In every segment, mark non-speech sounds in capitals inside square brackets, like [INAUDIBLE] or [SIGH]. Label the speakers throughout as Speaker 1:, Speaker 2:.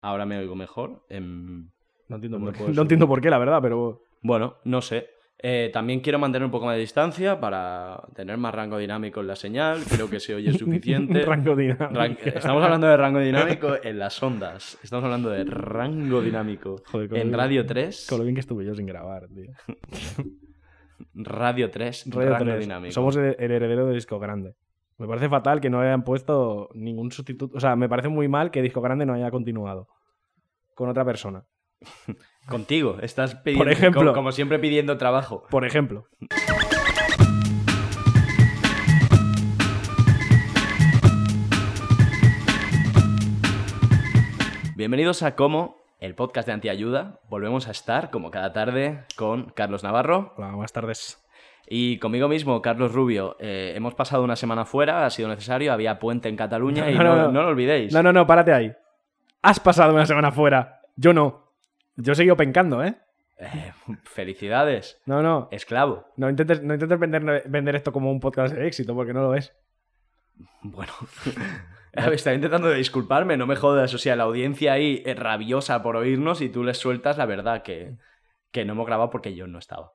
Speaker 1: Ahora me oigo mejor. em,
Speaker 2: No entiendo,
Speaker 1: No
Speaker 2: por,
Speaker 1: puedo
Speaker 2: [LAUGHS] no
Speaker 1: ser.
Speaker 2: entiendo por qué, la verdad, pero.
Speaker 1: Bueno, no sé. Eh, también quiero mantener un poco más de distancia para tener más rango dinámico en la señal. Creo que se
Speaker 2: [LAUGHS]
Speaker 1: oye suficiente.
Speaker 2: rango dinámico.
Speaker 1: Ran- Estamos hablando de rango dinámico en las ondas. Estamos hablando de rango dinámico
Speaker 2: Joder, con
Speaker 1: en
Speaker 2: lo-
Speaker 1: Radio 3.
Speaker 2: Con lo bien que estuve yo sin grabar, tío.
Speaker 1: Radio 3,
Speaker 2: Radio
Speaker 1: rango
Speaker 2: 3.
Speaker 1: dinámico.
Speaker 2: Somos el, el heredero de Disco Grande. Me parece fatal que no hayan puesto ningún sustituto. O sea, me parece muy mal que Disco Grande no haya continuado con otra persona.
Speaker 1: Contigo, estás pidiendo,
Speaker 2: Por ejemplo.
Speaker 1: co- como siempre pidiendo trabajo.
Speaker 2: Por ejemplo.
Speaker 1: Bienvenidos a Como, el podcast de Antiayuda. Volvemos a estar, como cada tarde, con Carlos Navarro.
Speaker 2: Hola, buenas tardes.
Speaker 1: Y conmigo mismo, Carlos Rubio, eh, hemos pasado una semana fuera, ha sido necesario, había puente en Cataluña y
Speaker 2: No,
Speaker 1: no,
Speaker 2: no, no.
Speaker 1: no lo olvidéis.
Speaker 2: No, no, no, párate ahí. Has pasado una semana fuera. Yo no. Yo he seguido pencando, ¿eh?
Speaker 1: Eh, felicidades,
Speaker 2: No, no.
Speaker 1: esclavo.
Speaker 2: No intentes, no intentes vender, vender esto como un podcast de éxito, porque no lo es. [LAUGHS]
Speaker 1: Bueno, [LAUGHS] a ver, estaba intentando disculparme, no me jodas. O sea, la audiencia ahí es rabiosa por oírnos y tú les sueltas la verdad que, que no hemos grabado porque yo no estaba.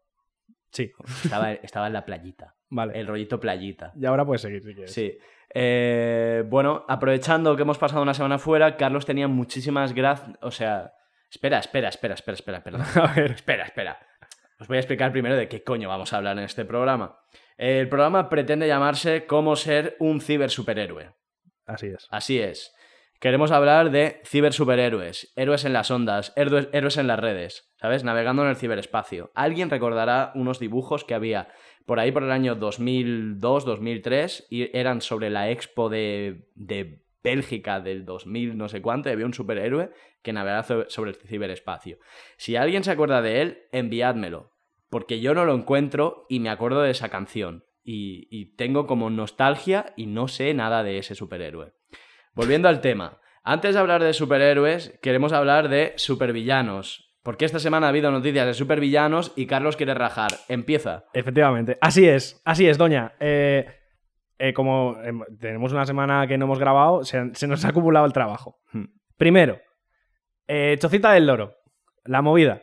Speaker 2: Sí.
Speaker 1: Estaba, estaba en la playita,
Speaker 2: Vale.
Speaker 1: el rollito playita.
Speaker 2: Y ahora puedes seguir si quieres.
Speaker 1: Sí. Eh, bueno, aprovechando que hemos pasado una semana fuera, Carlos tenía muchísimas gracias. O sea, espera, espera, espera, espera, espera, espera.
Speaker 2: [LAUGHS] A ver.
Speaker 1: Espera, espera. Os voy a explicar primero de qué coño vamos a hablar en este programa. El programa pretende llamarse Cómo ser un ciber superhéroe.
Speaker 2: Así es.
Speaker 1: Así es. Queremos hablar de cibersuperhéroes, héroes en las ondas, héroes, héroes en las redes, ¿sabes? Navegando en el ciberespacio. Alguien recordará unos dibujos que había por ahí por el año 2002, 2003, y eran sobre la expo de, de Bélgica del 2000, no sé cuánto, y había un superhéroe que navegaba so- sobre el ciberespacio. Si alguien se acuerda de él, enviádmelo, porque yo no lo encuentro y me acuerdo de esa canción. Y, y tengo como nostalgia y no sé nada de ese superhéroe. Volviendo al tema. Antes de hablar de superhéroes, queremos hablar de supervillanos. Porque esta semana ha habido noticias de supervillanos y Carlos quiere rajar. Empieza.
Speaker 2: Efectivamente. Así es, así es, doña. Eh, eh, como em, tenemos una semana que no hemos grabado, se, han- se nos ha acumulado el trabajo.
Speaker 1: Hmm.
Speaker 2: Primero, eh, Chocita del Loro, la movida.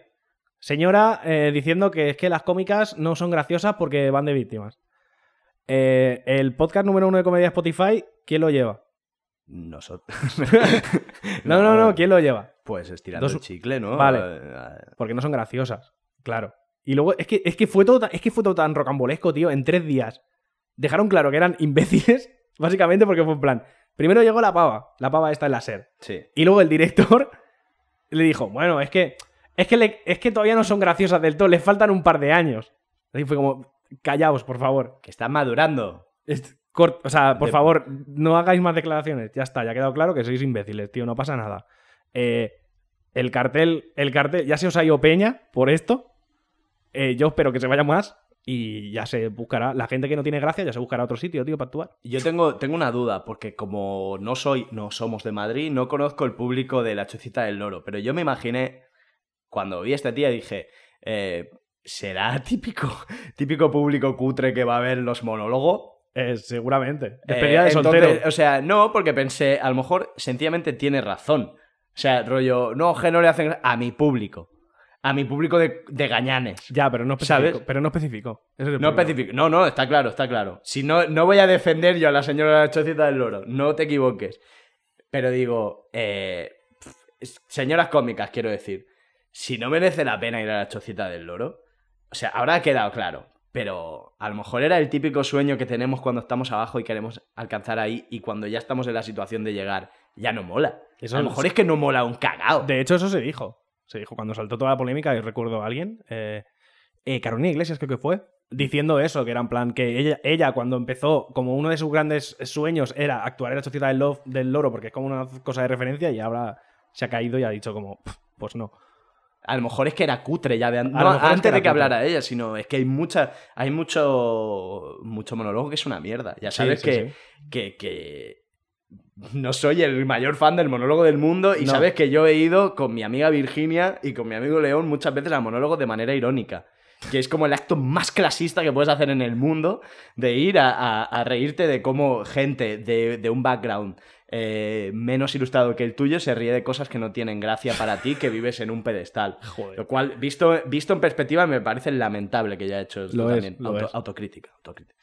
Speaker 2: Señora eh, diciendo que es que las cómicas no son graciosas porque van de víctimas. Eh, el podcast número uno de comedia Spotify, ¿quién lo lleva?
Speaker 1: [LAUGHS] Nosotros.
Speaker 2: No, no, no, ¿quién lo lleva?
Speaker 1: Pues estirando
Speaker 2: Dos-
Speaker 1: el chicle, ¿no?
Speaker 2: Vale.
Speaker 1: Eh,
Speaker 2: Porque no son graciosas, claro. Y luego, es que, es que fue todo tan, es que fue todo tan rocambolesco, tío, en tres días. Dejaron claro que eran [LAUGHS] imbéciles, básicamente porque fue en plan. Primero llegó la pava, la pava esta en la SER.
Speaker 1: Sí.
Speaker 2: Y luego el director [LAUGHS] le dijo, bueno, es que, es que, le- es que todavía no son graciosas del todo, les faltan un par de años. Así fue como, callaos, por favor.
Speaker 1: Que están madurando.
Speaker 2: Es cort- o sea, por
Speaker 1: De-
Speaker 2: favor, no hagáis más declaraciones. Ya está, ya ha quedado claro que sois imbéciles, tío, no pasa nada. Eh, el cartel, el cartel, ya se os ha ido peña por esto. Eh, yo espero que se vaya más y ya se buscará. La gente que no tiene gracia ya se buscará otro sitio, tío, para actuar.
Speaker 1: Yo tengo, tengo una duda, porque como no soy, no somos de Madrid, no conozco el público de la Chucita del Loro, pero yo me imaginé, cuando vi a esta tía, dije, eh, ¿será [LAUGHS] típico, típico público cutre que va a ver los monólogos?
Speaker 2: Eh, seguramente.
Speaker 1: Eh,
Speaker 2: Despedida de
Speaker 1: entonces,
Speaker 2: soltero.
Speaker 1: O sea, no, porque pensé, a lo mejor sencillamente tiene razón. O sea, rollo, no, que no le hacen gra- a mi público. A mi público de, de gañanes.
Speaker 2: Ya, pero no
Speaker 1: ¿Sabes?
Speaker 2: especificó. Pero no especificó. Ese es el
Speaker 1: No
Speaker 2: problema.
Speaker 1: especifico. No, no, está claro, está claro. Si no, no voy a defender yo a la señora Chocita del Loro, no te equivoques. Pero digo, eh, pf, es- señoras cómicas, quiero decir, si no merece la pena ir a la Chocita del Loro, o sea, habrá quedado claro. Pero a lo mejor era el típico sueño que tenemos cuando estamos abajo y queremos alcanzar ahí y cuando ya estamos en la situación de llegar, ya no mola.
Speaker 2: Eso
Speaker 1: a lo
Speaker 2: es-
Speaker 1: mejor es que no mola un cagao.
Speaker 2: De hecho, eso se dijo. Se dijo cuando saltó toda la polémica, y recuerdo a alguien, eh, eh, Carolina Iglesias creo que fue, diciendo eso, que era en plan que ella, ella cuando empezó, como uno de sus grandes sueños era actuar en la sociedad del, Lo- del loro, porque es como una cosa de referencia y ahora se ha caído y ha dicho como, "Pf, pues no.
Speaker 1: A lo mejor es que era cutre ya de an-
Speaker 2: A
Speaker 1: no,
Speaker 2: lo mejor es
Speaker 1: antes
Speaker 2: que era
Speaker 1: de que
Speaker 2: cutre.
Speaker 1: hablara ella, sino es que hay mucha, hay mucho, mucho monólogo que es una mierda. Ya
Speaker 2: Sí,
Speaker 1: sabes
Speaker 2: sí,
Speaker 1: que, que, que no soy el mayor fan del monólogo del mundo y
Speaker 2: No.
Speaker 1: sabes que yo he ido con mi amiga Virginia y con mi amigo León muchas veces a monólogos de manera irónica. Que es como el acto más clasista que puedes hacer en el mundo de ir a, a- a reírte de cómo gente de, de un background eh, menos ilustrado que el tuyo se ríe de cosas que no tienen gracia para ti, que vives en un pedestal.
Speaker 2: Joder.
Speaker 1: Lo cual, visto, visto en perspectiva, me parece lamentable que ya he hecho esto
Speaker 2: Lo es,
Speaker 1: también.
Speaker 2: lo es.
Speaker 1: Autocrítica, autocrítica.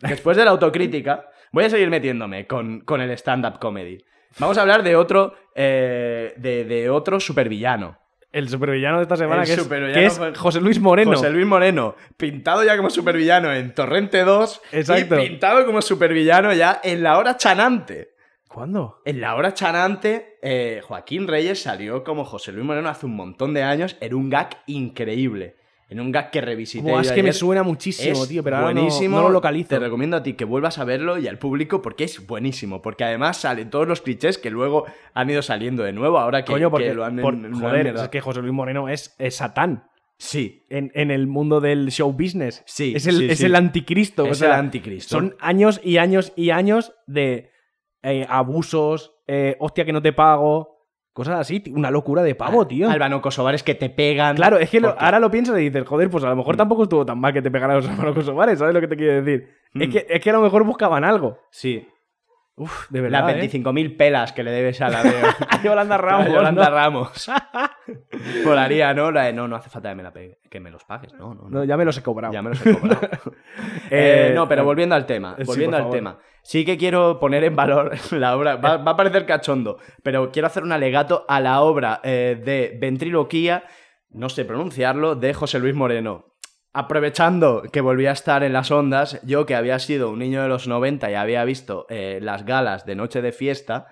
Speaker 1: Después de la autocrítica, voy a seguir metiéndome con, con el stand-up comedy. Vamos a hablar de otro, eh, de, de otro supervillano.
Speaker 2: El supervillano de esta semana
Speaker 1: El
Speaker 2: que es,
Speaker 1: supervillano
Speaker 2: que es
Speaker 1: fue-
Speaker 2: José Luis Moreno.
Speaker 1: José Luis Moreno, pintado ya como supervillano en Torrente 2
Speaker 2: Exacto.
Speaker 1: y pintado como supervillano ya en la hora chanante.
Speaker 2: ¿Cuándo?
Speaker 1: En la hora chanante, eh, Joaquín Reyes salió como José Luis Moreno hace un montón de años en un gag increíble. En un gag que revisité.
Speaker 2: Buah,
Speaker 1: yo
Speaker 2: es que me
Speaker 1: ayer.
Speaker 2: suena muchísimo,
Speaker 1: Es
Speaker 2: tío, pero ahora no-
Speaker 1: buenísimo.
Speaker 2: no lo localizo.
Speaker 1: Te recomiendo a ti que vuelvas a verlo y al público porque es buenísimo. Porque además salen todos los clichés que luego han ido saliendo de nuevo ahora que,
Speaker 2: Coño, porque
Speaker 1: que lo han
Speaker 2: por-
Speaker 1: lo han
Speaker 2: joder,
Speaker 1: mierda-
Speaker 2: es que José Luis Moreno es, es Satán
Speaker 1: Sí.
Speaker 2: en, en el mundo del show business.
Speaker 1: Sí,
Speaker 2: Es el,
Speaker 1: sí,
Speaker 2: es
Speaker 1: sí.
Speaker 2: el anticristo. o
Speaker 1: Es el
Speaker 2: sea,
Speaker 1: anticristo.
Speaker 2: Son años y años y años de eh, abusos, eh, hostia que no te pago, cosas así. tío, Una locura de pavo, tío.
Speaker 1: Albano Kosovares que te pegan.
Speaker 2: Claro, es que lo-
Speaker 1: Porque- Mm.
Speaker 2: ahora lo piensas y dices, joder, pues a lo mejor tampoco estuvo tan mal que te pegaran los hermanos Kosovares, ¿sabes lo que te quiero decir? Es,
Speaker 1: Mm.
Speaker 2: que, es que a lo mejor buscaban algo.
Speaker 1: Sí.
Speaker 2: Uf, de
Speaker 1: Las
Speaker 2: verdad. ¿eh? [LAUGHS]
Speaker 1: 25.000 pelas que le debes a [LAUGHS] la de...
Speaker 2: A Yolanda Ramos.
Speaker 1: A Yolanda
Speaker 2: ¿no? [LAUGHS]
Speaker 1: Ramos. Volaría, ¿no? La de, no, no hace falta que me, la pegue- que me los pagues. No, no, no.
Speaker 2: No, ya me los he cobrado.
Speaker 1: Ya me los he cobrado. Eh, no, pero volviendo al tema.
Speaker 2: eh, sí,
Speaker 1: Volviendo
Speaker 2: por
Speaker 1: al
Speaker 2: favor.
Speaker 1: tema. Sí que quiero poner en valor [LAUGHS] la obra. Va, va a parecer cachondo, pero quiero hacer un alegato a la obra eh, de ventriloquía, no sé pronunciarlo, de José Luis Moreno. Aprovechando que volví a estar en las ondas, yo que había sido un niño de los 90 y había visto eh, las galas de Noche de Fiesta,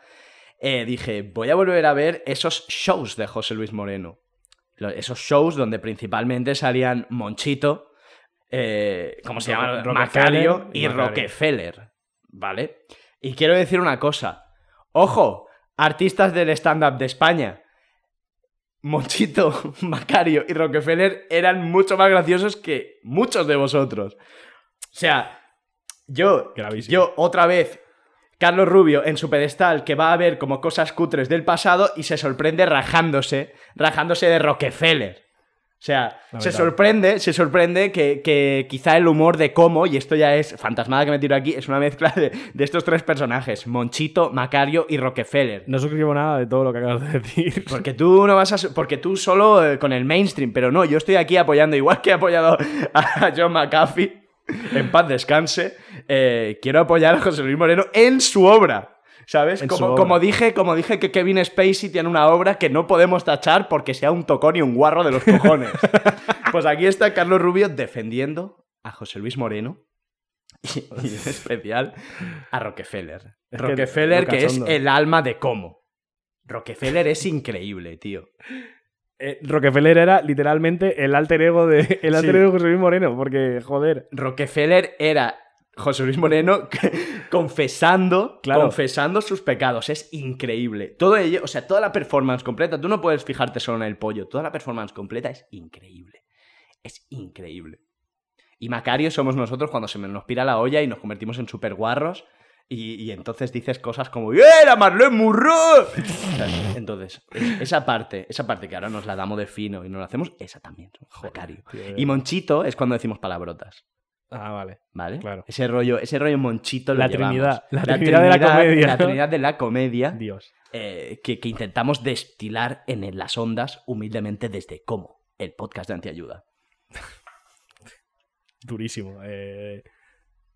Speaker 1: eh, dije, voy a volver a ver esos shows de José Luis Moreno. Lo- Esos shows donde principalmente salían Monchito, eh, ¿cómo se
Speaker 2: Ro-
Speaker 1: llama?
Speaker 2: Rockefeller
Speaker 1: Macario y
Speaker 2: y Macario.
Speaker 1: Rockefeller. ¿Vale? Y quiero decir una cosa. Ojo, artistas del stand-up de España. Monchito, [LAUGHS] Macario y Rockefeller eran mucho más graciosos que muchos de vosotros. O sea, yo,
Speaker 2: Gravísimo.
Speaker 1: yo otra vez, Carlos Rubio en su pedestal que va a ver como cosas cutres del pasado y se sorprende rajándose, rajándose de Rockefeller. O sea, se
Speaker 2: Lamentable.
Speaker 1: sorprende, se sorprende que, que quizá el humor de cómo, y esto ya es fantasmada que me tiro aquí, es una mezcla de, de estos tres personajes, Monchito, Macario y Rockefeller.
Speaker 2: No suscribo nada de todo lo que acabas de decir.
Speaker 1: Porque tú no vas a. Porque tú solo eh, con el mainstream, pero no, yo estoy aquí apoyando, igual que he apoyado [LAUGHS] a John McAfee, en paz descanse, eh, quiero apoyar a José Luis Moreno en su obra. ¿Sabes?
Speaker 2: En su
Speaker 1: Como,
Speaker 2: obra.
Speaker 1: como dije, como dije que Kevin Spacey tiene una obra que no podemos tachar porque sea un tocón y un guarro de los
Speaker 2: [LAUGHS]
Speaker 1: cojones. pues aquí está Carlos Rubio defendiendo a José Luis Moreno y, y en especial a Rockefeller.
Speaker 2: Es que
Speaker 1: Rockefeller
Speaker 2: lo
Speaker 1: que es
Speaker 2: cachondo.
Speaker 1: el alma de cómo. Rockefeller es increíble, tío.
Speaker 2: [LAUGHS] Eh, Rockefeller era literalmente el alter ego de, el alter
Speaker 1: Sí.
Speaker 2: ego de José Luis Moreno, porque, joder.
Speaker 1: Rockefeller era José Luis Moreno [LAUGHS] confesando,
Speaker 2: Claro.
Speaker 1: confesando sus pecados. Es increíble. Todo ello, o sea, toda la performance completa, tú no puedes fijarte solo en el pollo. Toda la performance completa es increíble. Es increíble. Y Macario somos nosotros cuando se nos pira la olla y nos convertimos en superguarros. Y, y entonces dices cosas como ¡Eh, la Marlene Murro! [LAUGHS] entonces, es- esa parte, esa parte que ahora nos la damos de fino y nos la hacemos, esa también, Macario.
Speaker 2: tío.
Speaker 1: y Monchito es cuando decimos palabrotas.
Speaker 2: Eh, Ah, vale.
Speaker 1: ¿Vale?
Speaker 2: Claro.
Speaker 1: Ese rollo, ese rollo monchito lo
Speaker 2: La
Speaker 1: llevamos.
Speaker 2: Trinidad, la Trinidad de la comedia,
Speaker 1: La
Speaker 2: ¿no?
Speaker 1: trinidad de la comedia
Speaker 2: Dios.
Speaker 1: eh, que, que intentamos destilar en las ondas humildemente desde cómo el podcast de Antiayuda.
Speaker 2: Durísimo. Eh,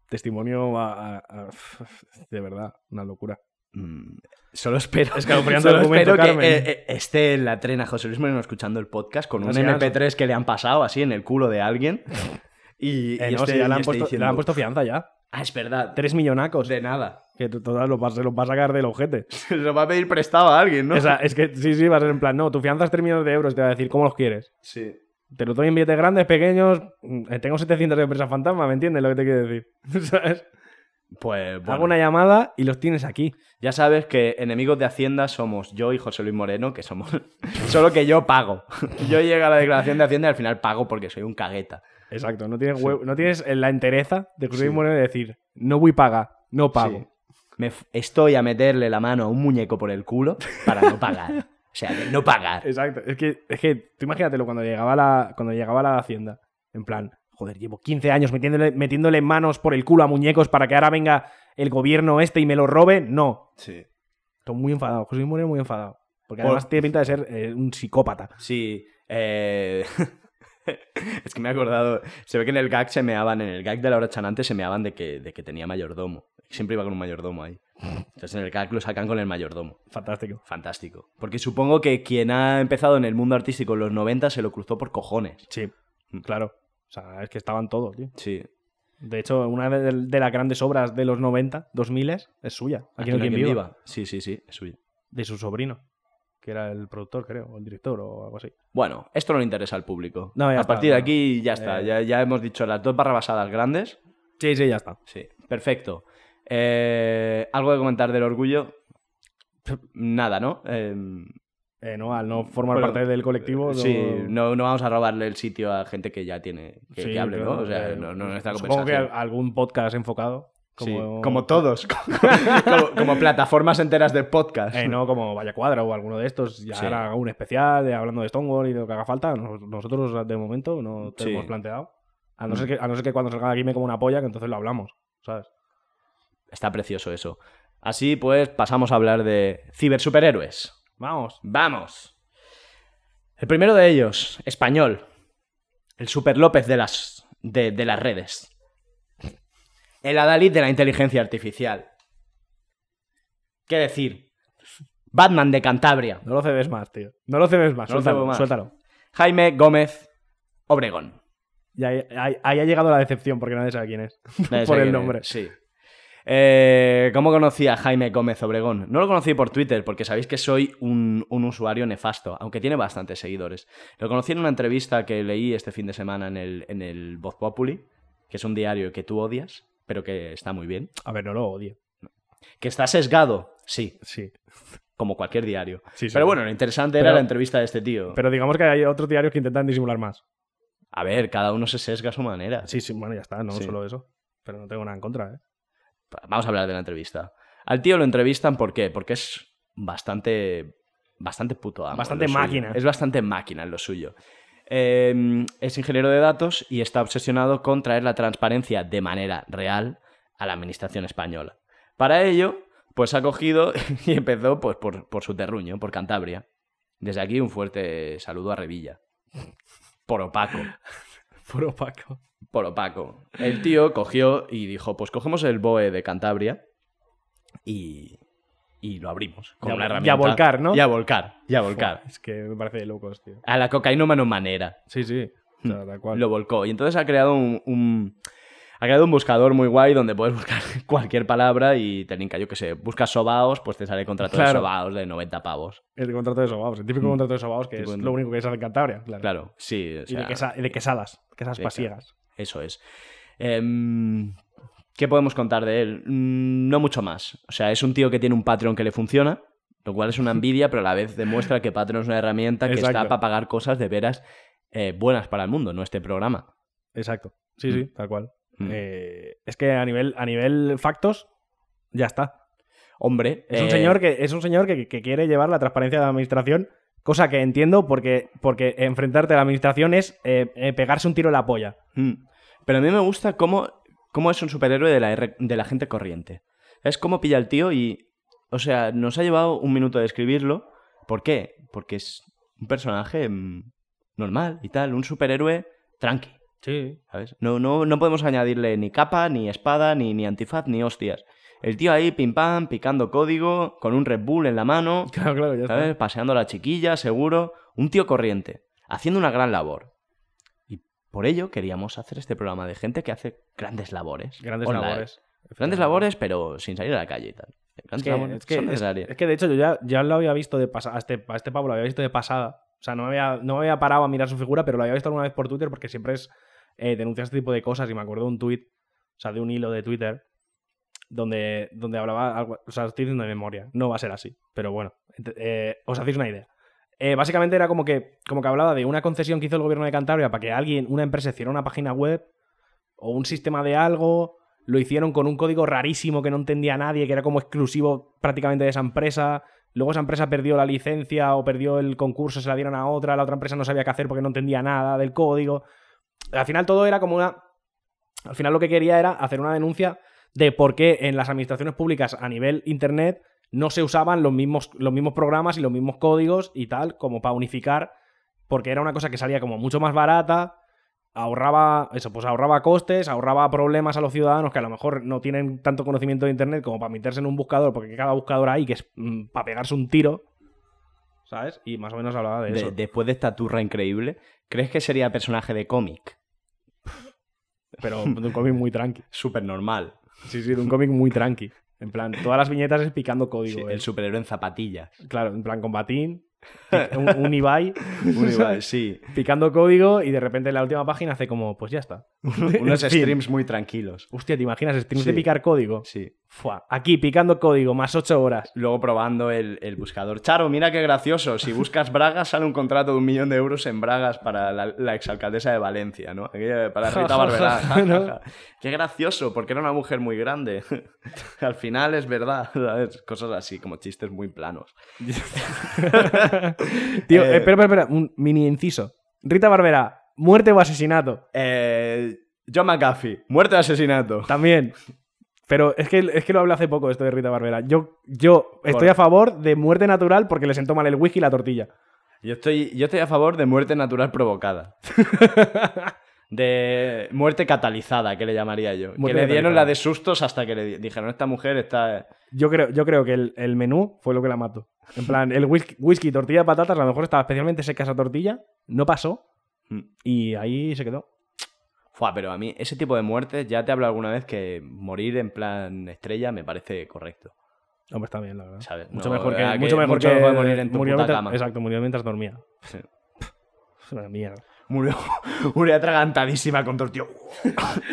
Speaker 2: testimonio a- a- a- [SIGHS] De verdad, una locura.
Speaker 1: Mm, Solo espero,
Speaker 2: Escalofriante
Speaker 1: solo
Speaker 2: documento,
Speaker 1: espero que
Speaker 2: Carmen.
Speaker 1: eh, eh, esté en la trena José Luis Moreno escuchando el podcast con un
Speaker 2: Así es.
Speaker 1: MP3 que le han pasado así en el culo de alguien. Y,
Speaker 2: Eh,
Speaker 1: y
Speaker 2: no,
Speaker 1: esté-
Speaker 2: si ya le
Speaker 1: y
Speaker 2: han,
Speaker 1: esté
Speaker 2: puesto,
Speaker 1: diciendo,
Speaker 2: le han puesto fianza ya.
Speaker 1: Ah, es verdad.
Speaker 2: Tres millonacos.
Speaker 1: De nada. [LAUGHS]
Speaker 2: Que t- total, los va- se los va a sacar del ojete.
Speaker 1: Se lo va a pedir prestado a alguien, ¿no?
Speaker 2: O sea, es que sí, sí, va a ser en plan, no, tu fianza es 3 millones de euros, te va a decir, ¿cómo los quieres?
Speaker 1: Sí.
Speaker 2: Te los doy en billetes grandes, pequeños, mm, eh, tengo 700 de empresas fantasma, ¿me entiendes lo que te quiero decir? [LAUGHS] ¿Sabes?
Speaker 1: Pues bueno.
Speaker 2: Hago una llamada y los tienes aquí.
Speaker 1: Ya sabes que enemigos de Hacienda somos yo y José Luis Moreno, que somos. [LAUGHS] Solo que yo pago. [LAUGHS] Yo llego a la declaración de Hacienda y al final pago porque soy un cagueta.
Speaker 2: Exacto, no tienes, huevo- no tienes eh, la entereza de José Luis Moreno de decir, no voy paga, no pago.
Speaker 1: Sí. Me f- estoy a meterle la mano a un muñeco por el culo para no pagar. O sea, de no pagar.
Speaker 2: Exacto, es que, es que tú imagínatelo cuando llegaba, la, cuando llegaba la hacienda, en plan, joder, llevo 15 años metiéndole, metiéndole manos por el culo a muñecos para que ahora venga el gobierno este y me lo robe. No,
Speaker 1: Sí.
Speaker 2: estoy muy enfadado, José Luis Moreno muy enfadado. Porque
Speaker 1: Por-
Speaker 2: además tiene pinta de ser eh, un psicópata.
Speaker 1: Sí. eh, [LAUGHS] es que me he acordado. Se ve que en el gag se meaban, en el gag de la hora chanante se meaban de que, de que tenía mayordomo. Siempre iba con un mayordomo ahí. Entonces en el gag lo sacan con el mayordomo.
Speaker 2: Fantástico.
Speaker 1: Fantástico. Porque supongo que quien ha empezado en el mundo artístico en los 90 se lo cruzó por cojones.
Speaker 2: Sí,
Speaker 1: Mm.
Speaker 2: claro. O sea, es que estaban todos, tío.
Speaker 1: Sí.
Speaker 2: De hecho, una de, de las grandes obras de los 90, 2000 es suya. Aquí, no hay quien viva.
Speaker 1: Sí, sí, sí, es suyo.
Speaker 2: De su sobrino, que era el productor, creo, o el director o algo así.
Speaker 1: Bueno, esto no le interesa al público.
Speaker 2: No, ya
Speaker 1: a
Speaker 2: está,
Speaker 1: partir de
Speaker 2: no.
Speaker 1: aquí ya está.
Speaker 2: Eh.
Speaker 1: Ya, ya hemos dicho las dos barrabasadas grandes.
Speaker 2: Sí, sí, ya está.
Speaker 1: Sí, perfecto. Eh, ¿Algo de comentar del orgullo? Nada, ¿no? Eh,
Speaker 2: Eh, no, al no formar
Speaker 1: Bueno, eh,
Speaker 2: parte del colectivo.
Speaker 1: sí, no, no vamos a robarle el sitio a gente que ya tiene que,
Speaker 2: Sí,
Speaker 1: que hable,
Speaker 2: claro,
Speaker 1: ¿no? O sea,
Speaker 2: eh,
Speaker 1: no, no es nuestra
Speaker 2: Supongo que
Speaker 1: conversación.
Speaker 2: al- algún podcast enfocado.
Speaker 1: Sí,
Speaker 2: Como,
Speaker 1: como [LAUGHS] todos, como, como plataformas enteras de podcast.
Speaker 2: Eh, no, como Vaya Cuadra o alguno de estos. Ya
Speaker 1: Sí.
Speaker 2: hará un especial de- hablando de Stonewall y de lo que haga falta. Nos- Nosotros, de momento,
Speaker 1: Sí.
Speaker 2: no
Speaker 1: Mm.
Speaker 2: tenemos planteado. A no, ser que, a no ser que cuando salga de aquí me como una polla, que entonces lo hablamos, ¿sabes?
Speaker 1: Está precioso eso. Así pues, pasamos a hablar de cibersuperhéroes.
Speaker 2: Vamos.
Speaker 1: Vamos. El primero de ellos, español. El Super López de las, de, de las redes. El Adalid de la inteligencia artificial. ¿Qué decir? Batman de Cantabria.
Speaker 2: No lo cebes más, tío. No lo cebes más.
Speaker 1: No lo
Speaker 2: suéltalo,
Speaker 1: cebo más.
Speaker 2: suéltalo.
Speaker 1: Jaime Gómez Obregón.
Speaker 2: Y ahí, ahí- ahí ha llegado la decepción porque nadie sabe quién es. [LAUGHS]
Speaker 1: Nadie
Speaker 2: por
Speaker 1: sabe
Speaker 2: el
Speaker 1: quién
Speaker 2: nombre.
Speaker 1: es, Sí. Eh, ¿Cómo conocí a Jaime Gómez Obregón? No lo conocí por Twitter, porque sabéis que soy un, un usuario nefasto, aunque tiene bastantes seguidores. Lo conocí en una entrevista que leí este fin de semana en el, en el Voz Populi, que es un diario que tú odias, pero que está muy bien.
Speaker 2: A ver, no lo odio.
Speaker 1: ¿Que está sesgado? Sí,
Speaker 2: Sí.
Speaker 1: como cualquier diario.
Speaker 2: Sí, sí.
Speaker 1: pero bueno, lo interesante
Speaker 2: Pero-
Speaker 1: era la entrevista de este tío.
Speaker 2: Pero digamos que hay otros diarios que intentan disimular más.
Speaker 1: a ver, cada uno se sesga a su manera.
Speaker 2: Sí, sí, bueno, ya está, no
Speaker 1: Sí.
Speaker 2: solo eso. Pero no tengo nada en contra, ¿eh?
Speaker 1: Vamos a hablar de la entrevista. Al tío lo entrevistan, ¿por qué? Porque es bastante. Bastante puto amo. en
Speaker 2: Bastante
Speaker 1: lo suyo.
Speaker 2: máquina.
Speaker 1: Es bastante máquina en lo suyo. Eh, es ingeniero de datos y está obsesionado con traer la transparencia de manera real a la administración española. Para ello, pues ha cogido [LAUGHS] y empezó pues, por, por su terruño, por Cantabria. Desde aquí un fuerte saludo a Revilla. Por opaco
Speaker 2: [LAUGHS] Por opaco.
Speaker 1: por opaco. El tío cogió y dijo, pues cogemos el BOE de Cantabria y, y lo abrimos con
Speaker 2: Y a-
Speaker 1: una
Speaker 2: y a
Speaker 1: herramienta.
Speaker 2: volcar, ¿no?
Speaker 1: Y a volcar, y a volcar.
Speaker 2: Es que me parece de locos, tío.
Speaker 1: A la cocainómano manera
Speaker 2: Sí, sí. O sea, tal cual.
Speaker 1: Hmm. lo volcó. Y entonces ha creado un, un- ha creado un buscador muy guay donde puedes buscar [LAUGHS] cualquier palabra y te linka, yo qué sé, buscas sobaos, pues te sale el contrato de
Speaker 2: Claro.
Speaker 1: sobaos de 90 pavos.
Speaker 2: El contrato de sobaos, el típico contrato de sobaos que
Speaker 1: Mm. Tipo
Speaker 2: es
Speaker 1: en-
Speaker 2: lo único que se hace en Cantabria, claro.
Speaker 1: Claro, sí. o
Speaker 2: Y de,
Speaker 1: sea,
Speaker 2: quesa- y de quesadas, quesadas
Speaker 1: de-
Speaker 2: pasiegas.
Speaker 1: Eso es. Em, ¿Qué podemos contar de él? Mm, No mucho más. O sea, es un tío que tiene un Patreon que le funciona, lo cual es una envidia, pero a la vez demuestra que Patreon es una herramienta que está
Speaker 2: Exacto.
Speaker 1: para pagar cosas de veras eh, buenas para el mundo, no este programa.
Speaker 2: Exacto. Sí, sí, tal cual.
Speaker 1: Mm.
Speaker 2: Eh, es que a nivel, a nivel factos, ya está.
Speaker 1: Hombre.
Speaker 2: Es un
Speaker 1: eh,
Speaker 2: señor que es un señor que, que quiere llevar la transparencia de la administración, cosa que entiendo porque, porque enfrentarte a la administración es eh, eh, pegarse un tiro en la polla.
Speaker 1: mm. Pero a mí me gusta cómo, cómo es un superhéroe de la, R- de la gente corriente. Es como pilla el tío y. O sea, nos ha llevado un minuto de escribirlo. ¿Por qué? Porque es un personaje mm, normal y tal, un superhéroe tranqui.
Speaker 2: Sí.
Speaker 1: ¿Sabes? No, no, no podemos añadirle ni capa, ni espada, ni, ni antifaz, ni hostias. El tío ahí, pim pam, picando código, con un Red Bull en la mano,
Speaker 2: [LAUGHS] Claro, claro, ya
Speaker 1: ¿sabes? Paseando a la chiquilla, seguro. Un tío corriente, haciendo una gran labor. Y por ello queríamos hacer este programa de gente que hace grandes labores.
Speaker 2: Grandes
Speaker 1: Online.
Speaker 2: labores.
Speaker 1: eh. Grandes labores, pero sin salir a la calle y tal.
Speaker 2: Es
Speaker 1: Grandes
Speaker 2: que,
Speaker 1: labores
Speaker 2: es, que,
Speaker 1: son
Speaker 2: es-
Speaker 1: necesarias.
Speaker 2: es que, de hecho yo ya, ya lo había visto de pasada, a este, a este Pablo lo había visto de pasada. O sea, no me, había, no me había parado a mirar su figura, pero lo había visto alguna vez por Twitter porque siempre es eh, denuncia este tipo de cosas y me acuerdo de un tweet, o sea, de un hilo de Twitter donde, donde hablaba algo, o sea, estoy diciendo de memoria, no va a ser así, pero bueno, ent- eh, os hacéis una idea. Eh, básicamente era como que, como que hablaba de una concesión que hizo el gobierno de Cantabria para que alguien, una empresa, hiciera una página web o un sistema de algo, lo hicieron con un código rarísimo que no entendía nadie, que era como exclusivo prácticamente de esa empresa. Luego esa empresa perdió la licencia o perdió el concurso, se la dieron a otra, la otra empresa no sabía qué hacer porque no entendía nada del código. Al final todo era como una... Al final lo que quería era hacer una denuncia de por qué en las administraciones públicas a nivel internet no se usaban los mismos, los mismos programas y los mismos códigos y tal, como para unificar, porque era una cosa que salía como mucho más barata, ahorraba eso, pues ahorraba costes, ahorraba problemas a los ciudadanos que a lo mejor no tienen tanto conocimiento de internet como para meterse en un buscador, porque cada buscador hay que es mm, para pegarse un tiro. ¿Sabes? Y más o menos hablaba de,
Speaker 1: De-
Speaker 2: eso.
Speaker 1: después de esta turra increíble, ¿crees que sería personaje de cómic?
Speaker 2: Pero de un cómic muy tranqui.
Speaker 1: Súper normal.
Speaker 2: Sí, sí, de un cómic muy tranqui. En plan, todas las viñetas es picando código. ¿eh?
Speaker 1: el superhéroe en zapatillas.
Speaker 2: [LAUGHS] Claro, en plan combatín, pi- un, un Ibai, ¿sabes?
Speaker 1: sí.
Speaker 2: picando código y de repente en la última página hace como, pues ya está.
Speaker 1: [LAUGHS] Unos
Speaker 2: En fin.
Speaker 1: streams muy tranquilos.
Speaker 2: Hostia, ¿te imaginas streams
Speaker 1: Sí.
Speaker 2: de picar código?
Speaker 1: Sí.
Speaker 2: Fua, aquí picando código, más 8 horas.
Speaker 1: Luego probando el, el buscador. Charo, mira qué gracioso. Si buscas bragas, sale un contrato de un millón de euros en bragas para la, la exalcaldesa de Valencia, ¿no? Aquella-
Speaker 2: [LAUGHS]
Speaker 1: Para Rita Barberá. Ja, ja, ja. Qué gracioso, porque era una mujer muy grande. [LAUGHS] Al final es verdad. ¿sabes? Cosas así, como chistes muy planos.
Speaker 2: Tío,
Speaker 1: Eh,
Speaker 2: eh, espera, espera, espera, un mini inciso. Rita Barbera, muerte o asesinato.
Speaker 1: Eh, John McAfee, muerte de asesinato.
Speaker 2: También. Pero es que, es que lo hablé hace poco esto de Rita Barbera. Yo, yo estoy a favor de muerte natural porque le sentó mal el whisky y la tortilla.
Speaker 1: Yo estoy, yo estoy a favor de muerte natural provocada. [LAUGHS] De muerte catalizada, que le llamaría yo. que
Speaker 2: Muerte
Speaker 1: le dieron
Speaker 2: catalizada.
Speaker 1: la de sustos hasta que le di- dijeron, esta mujer está...
Speaker 2: Yo creo, yo creo que el, el menú fue lo que la mató. En plan, el whisky, whisky, tortilla de patatas, a lo mejor estaba especialmente seca esa tortilla, no pasó
Speaker 1: Mm.
Speaker 2: y ahí se quedó.
Speaker 1: Fua, pero a mí ese tipo de muertes, ya te hablo alguna vez que morir en plan estrella me parece correcto.
Speaker 2: Hombre, está bien, la verdad.
Speaker 1: ¿Sabes?
Speaker 2: Mucho
Speaker 1: No,
Speaker 2: mejor que,
Speaker 1: ¿verdad que
Speaker 2: mucho mejor
Speaker 1: mucho
Speaker 2: que
Speaker 1: mejor morir en tu
Speaker 2: murió
Speaker 1: puta
Speaker 2: mientras-
Speaker 1: cama?
Speaker 2: Exacto, murió mientras dormía. Es una mierda.
Speaker 1: Murió, [LAUGHS] murió atragantadísima con
Speaker 2: [LAUGHS]
Speaker 1: tortillo.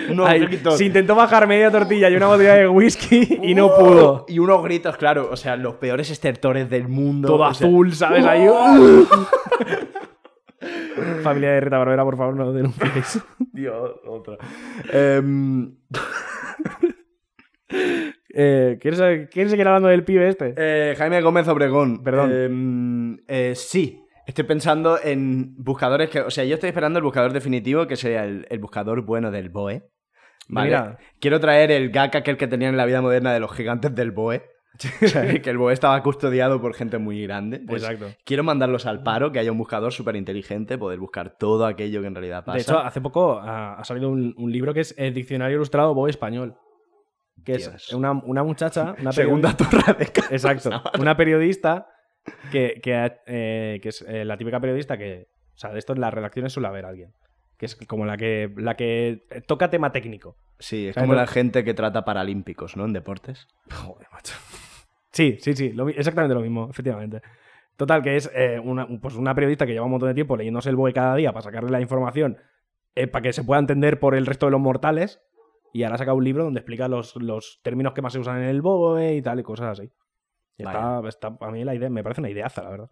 Speaker 1: Unos
Speaker 2: Ay,
Speaker 1: gritos.
Speaker 2: se intentó bajar media tortilla y una botella de whisky y
Speaker 1: Uh.
Speaker 2: no pudo.
Speaker 1: Y unos gritos, claro. O sea, los peores estertores del mundo.
Speaker 2: Todo
Speaker 1: o sea, uh.
Speaker 2: azul, ¿sabes? Ahí. [LAUGHS] Familia de Rita Barbera, por favor, no denuncies.
Speaker 1: Dios, otra. Em,
Speaker 2: [LAUGHS] Eh, ¿quieres, saber- ¿Quieres seguir hablando del pibe este?
Speaker 1: Eh, Jaime Gómez Obregón.
Speaker 2: Perdón.
Speaker 1: Eh, eh, sí. Estoy pensando en buscadores que. O sea, yo estoy esperando el buscador definitivo, que sería el, el buscador bueno del BOE. Vale.
Speaker 2: Mira.
Speaker 1: Quiero traer el gag aquel que tenían en la vida moderna de los gigantes del BOE. [LAUGHS] que el BOE estaba custodiado por gente muy grande. Pues
Speaker 2: Exacto.
Speaker 1: Quiero mandarlos al paro, que haya un buscador súper inteligente, poder buscar todo aquello que en realidad pasa.
Speaker 2: De hecho, hace poco ah, ha, ha salido un, un libro que es El Diccionario Ilustrado Bob Español. Que
Speaker 1: Dios.
Speaker 2: es una, una muchacha,
Speaker 1: [LAUGHS]
Speaker 2: una
Speaker 1: segunda
Speaker 2: periodista.
Speaker 1: torre de [LAUGHS] ca-
Speaker 2: Exacto. Una periodista que, que, ha- eh, que es eh, la típica periodista que. O sea, de esto en las redacciones suele haber alguien. Que es como la que, la que toca tema técnico.
Speaker 1: Sí, es
Speaker 2: O sea,
Speaker 1: como la
Speaker 2: entonces-
Speaker 1: gente que trata paralímpicos, ¿no? En deportes. Joder, macho.
Speaker 2: Sí, sí, sí, lo mi- exactamente lo mismo, efectivamente. Total, que es eh, una, un- pues una periodista que lleva un montón de tiempo leyéndose el BOE cada día para sacarle la información eh, para que se pueda entender por el resto de los mortales. Y ahora saca un libro donde explica los, los términos que más se usan en el BOE y tal, y cosas así. Y está, está- a mí la idea, me parece una ideaza, la verdad.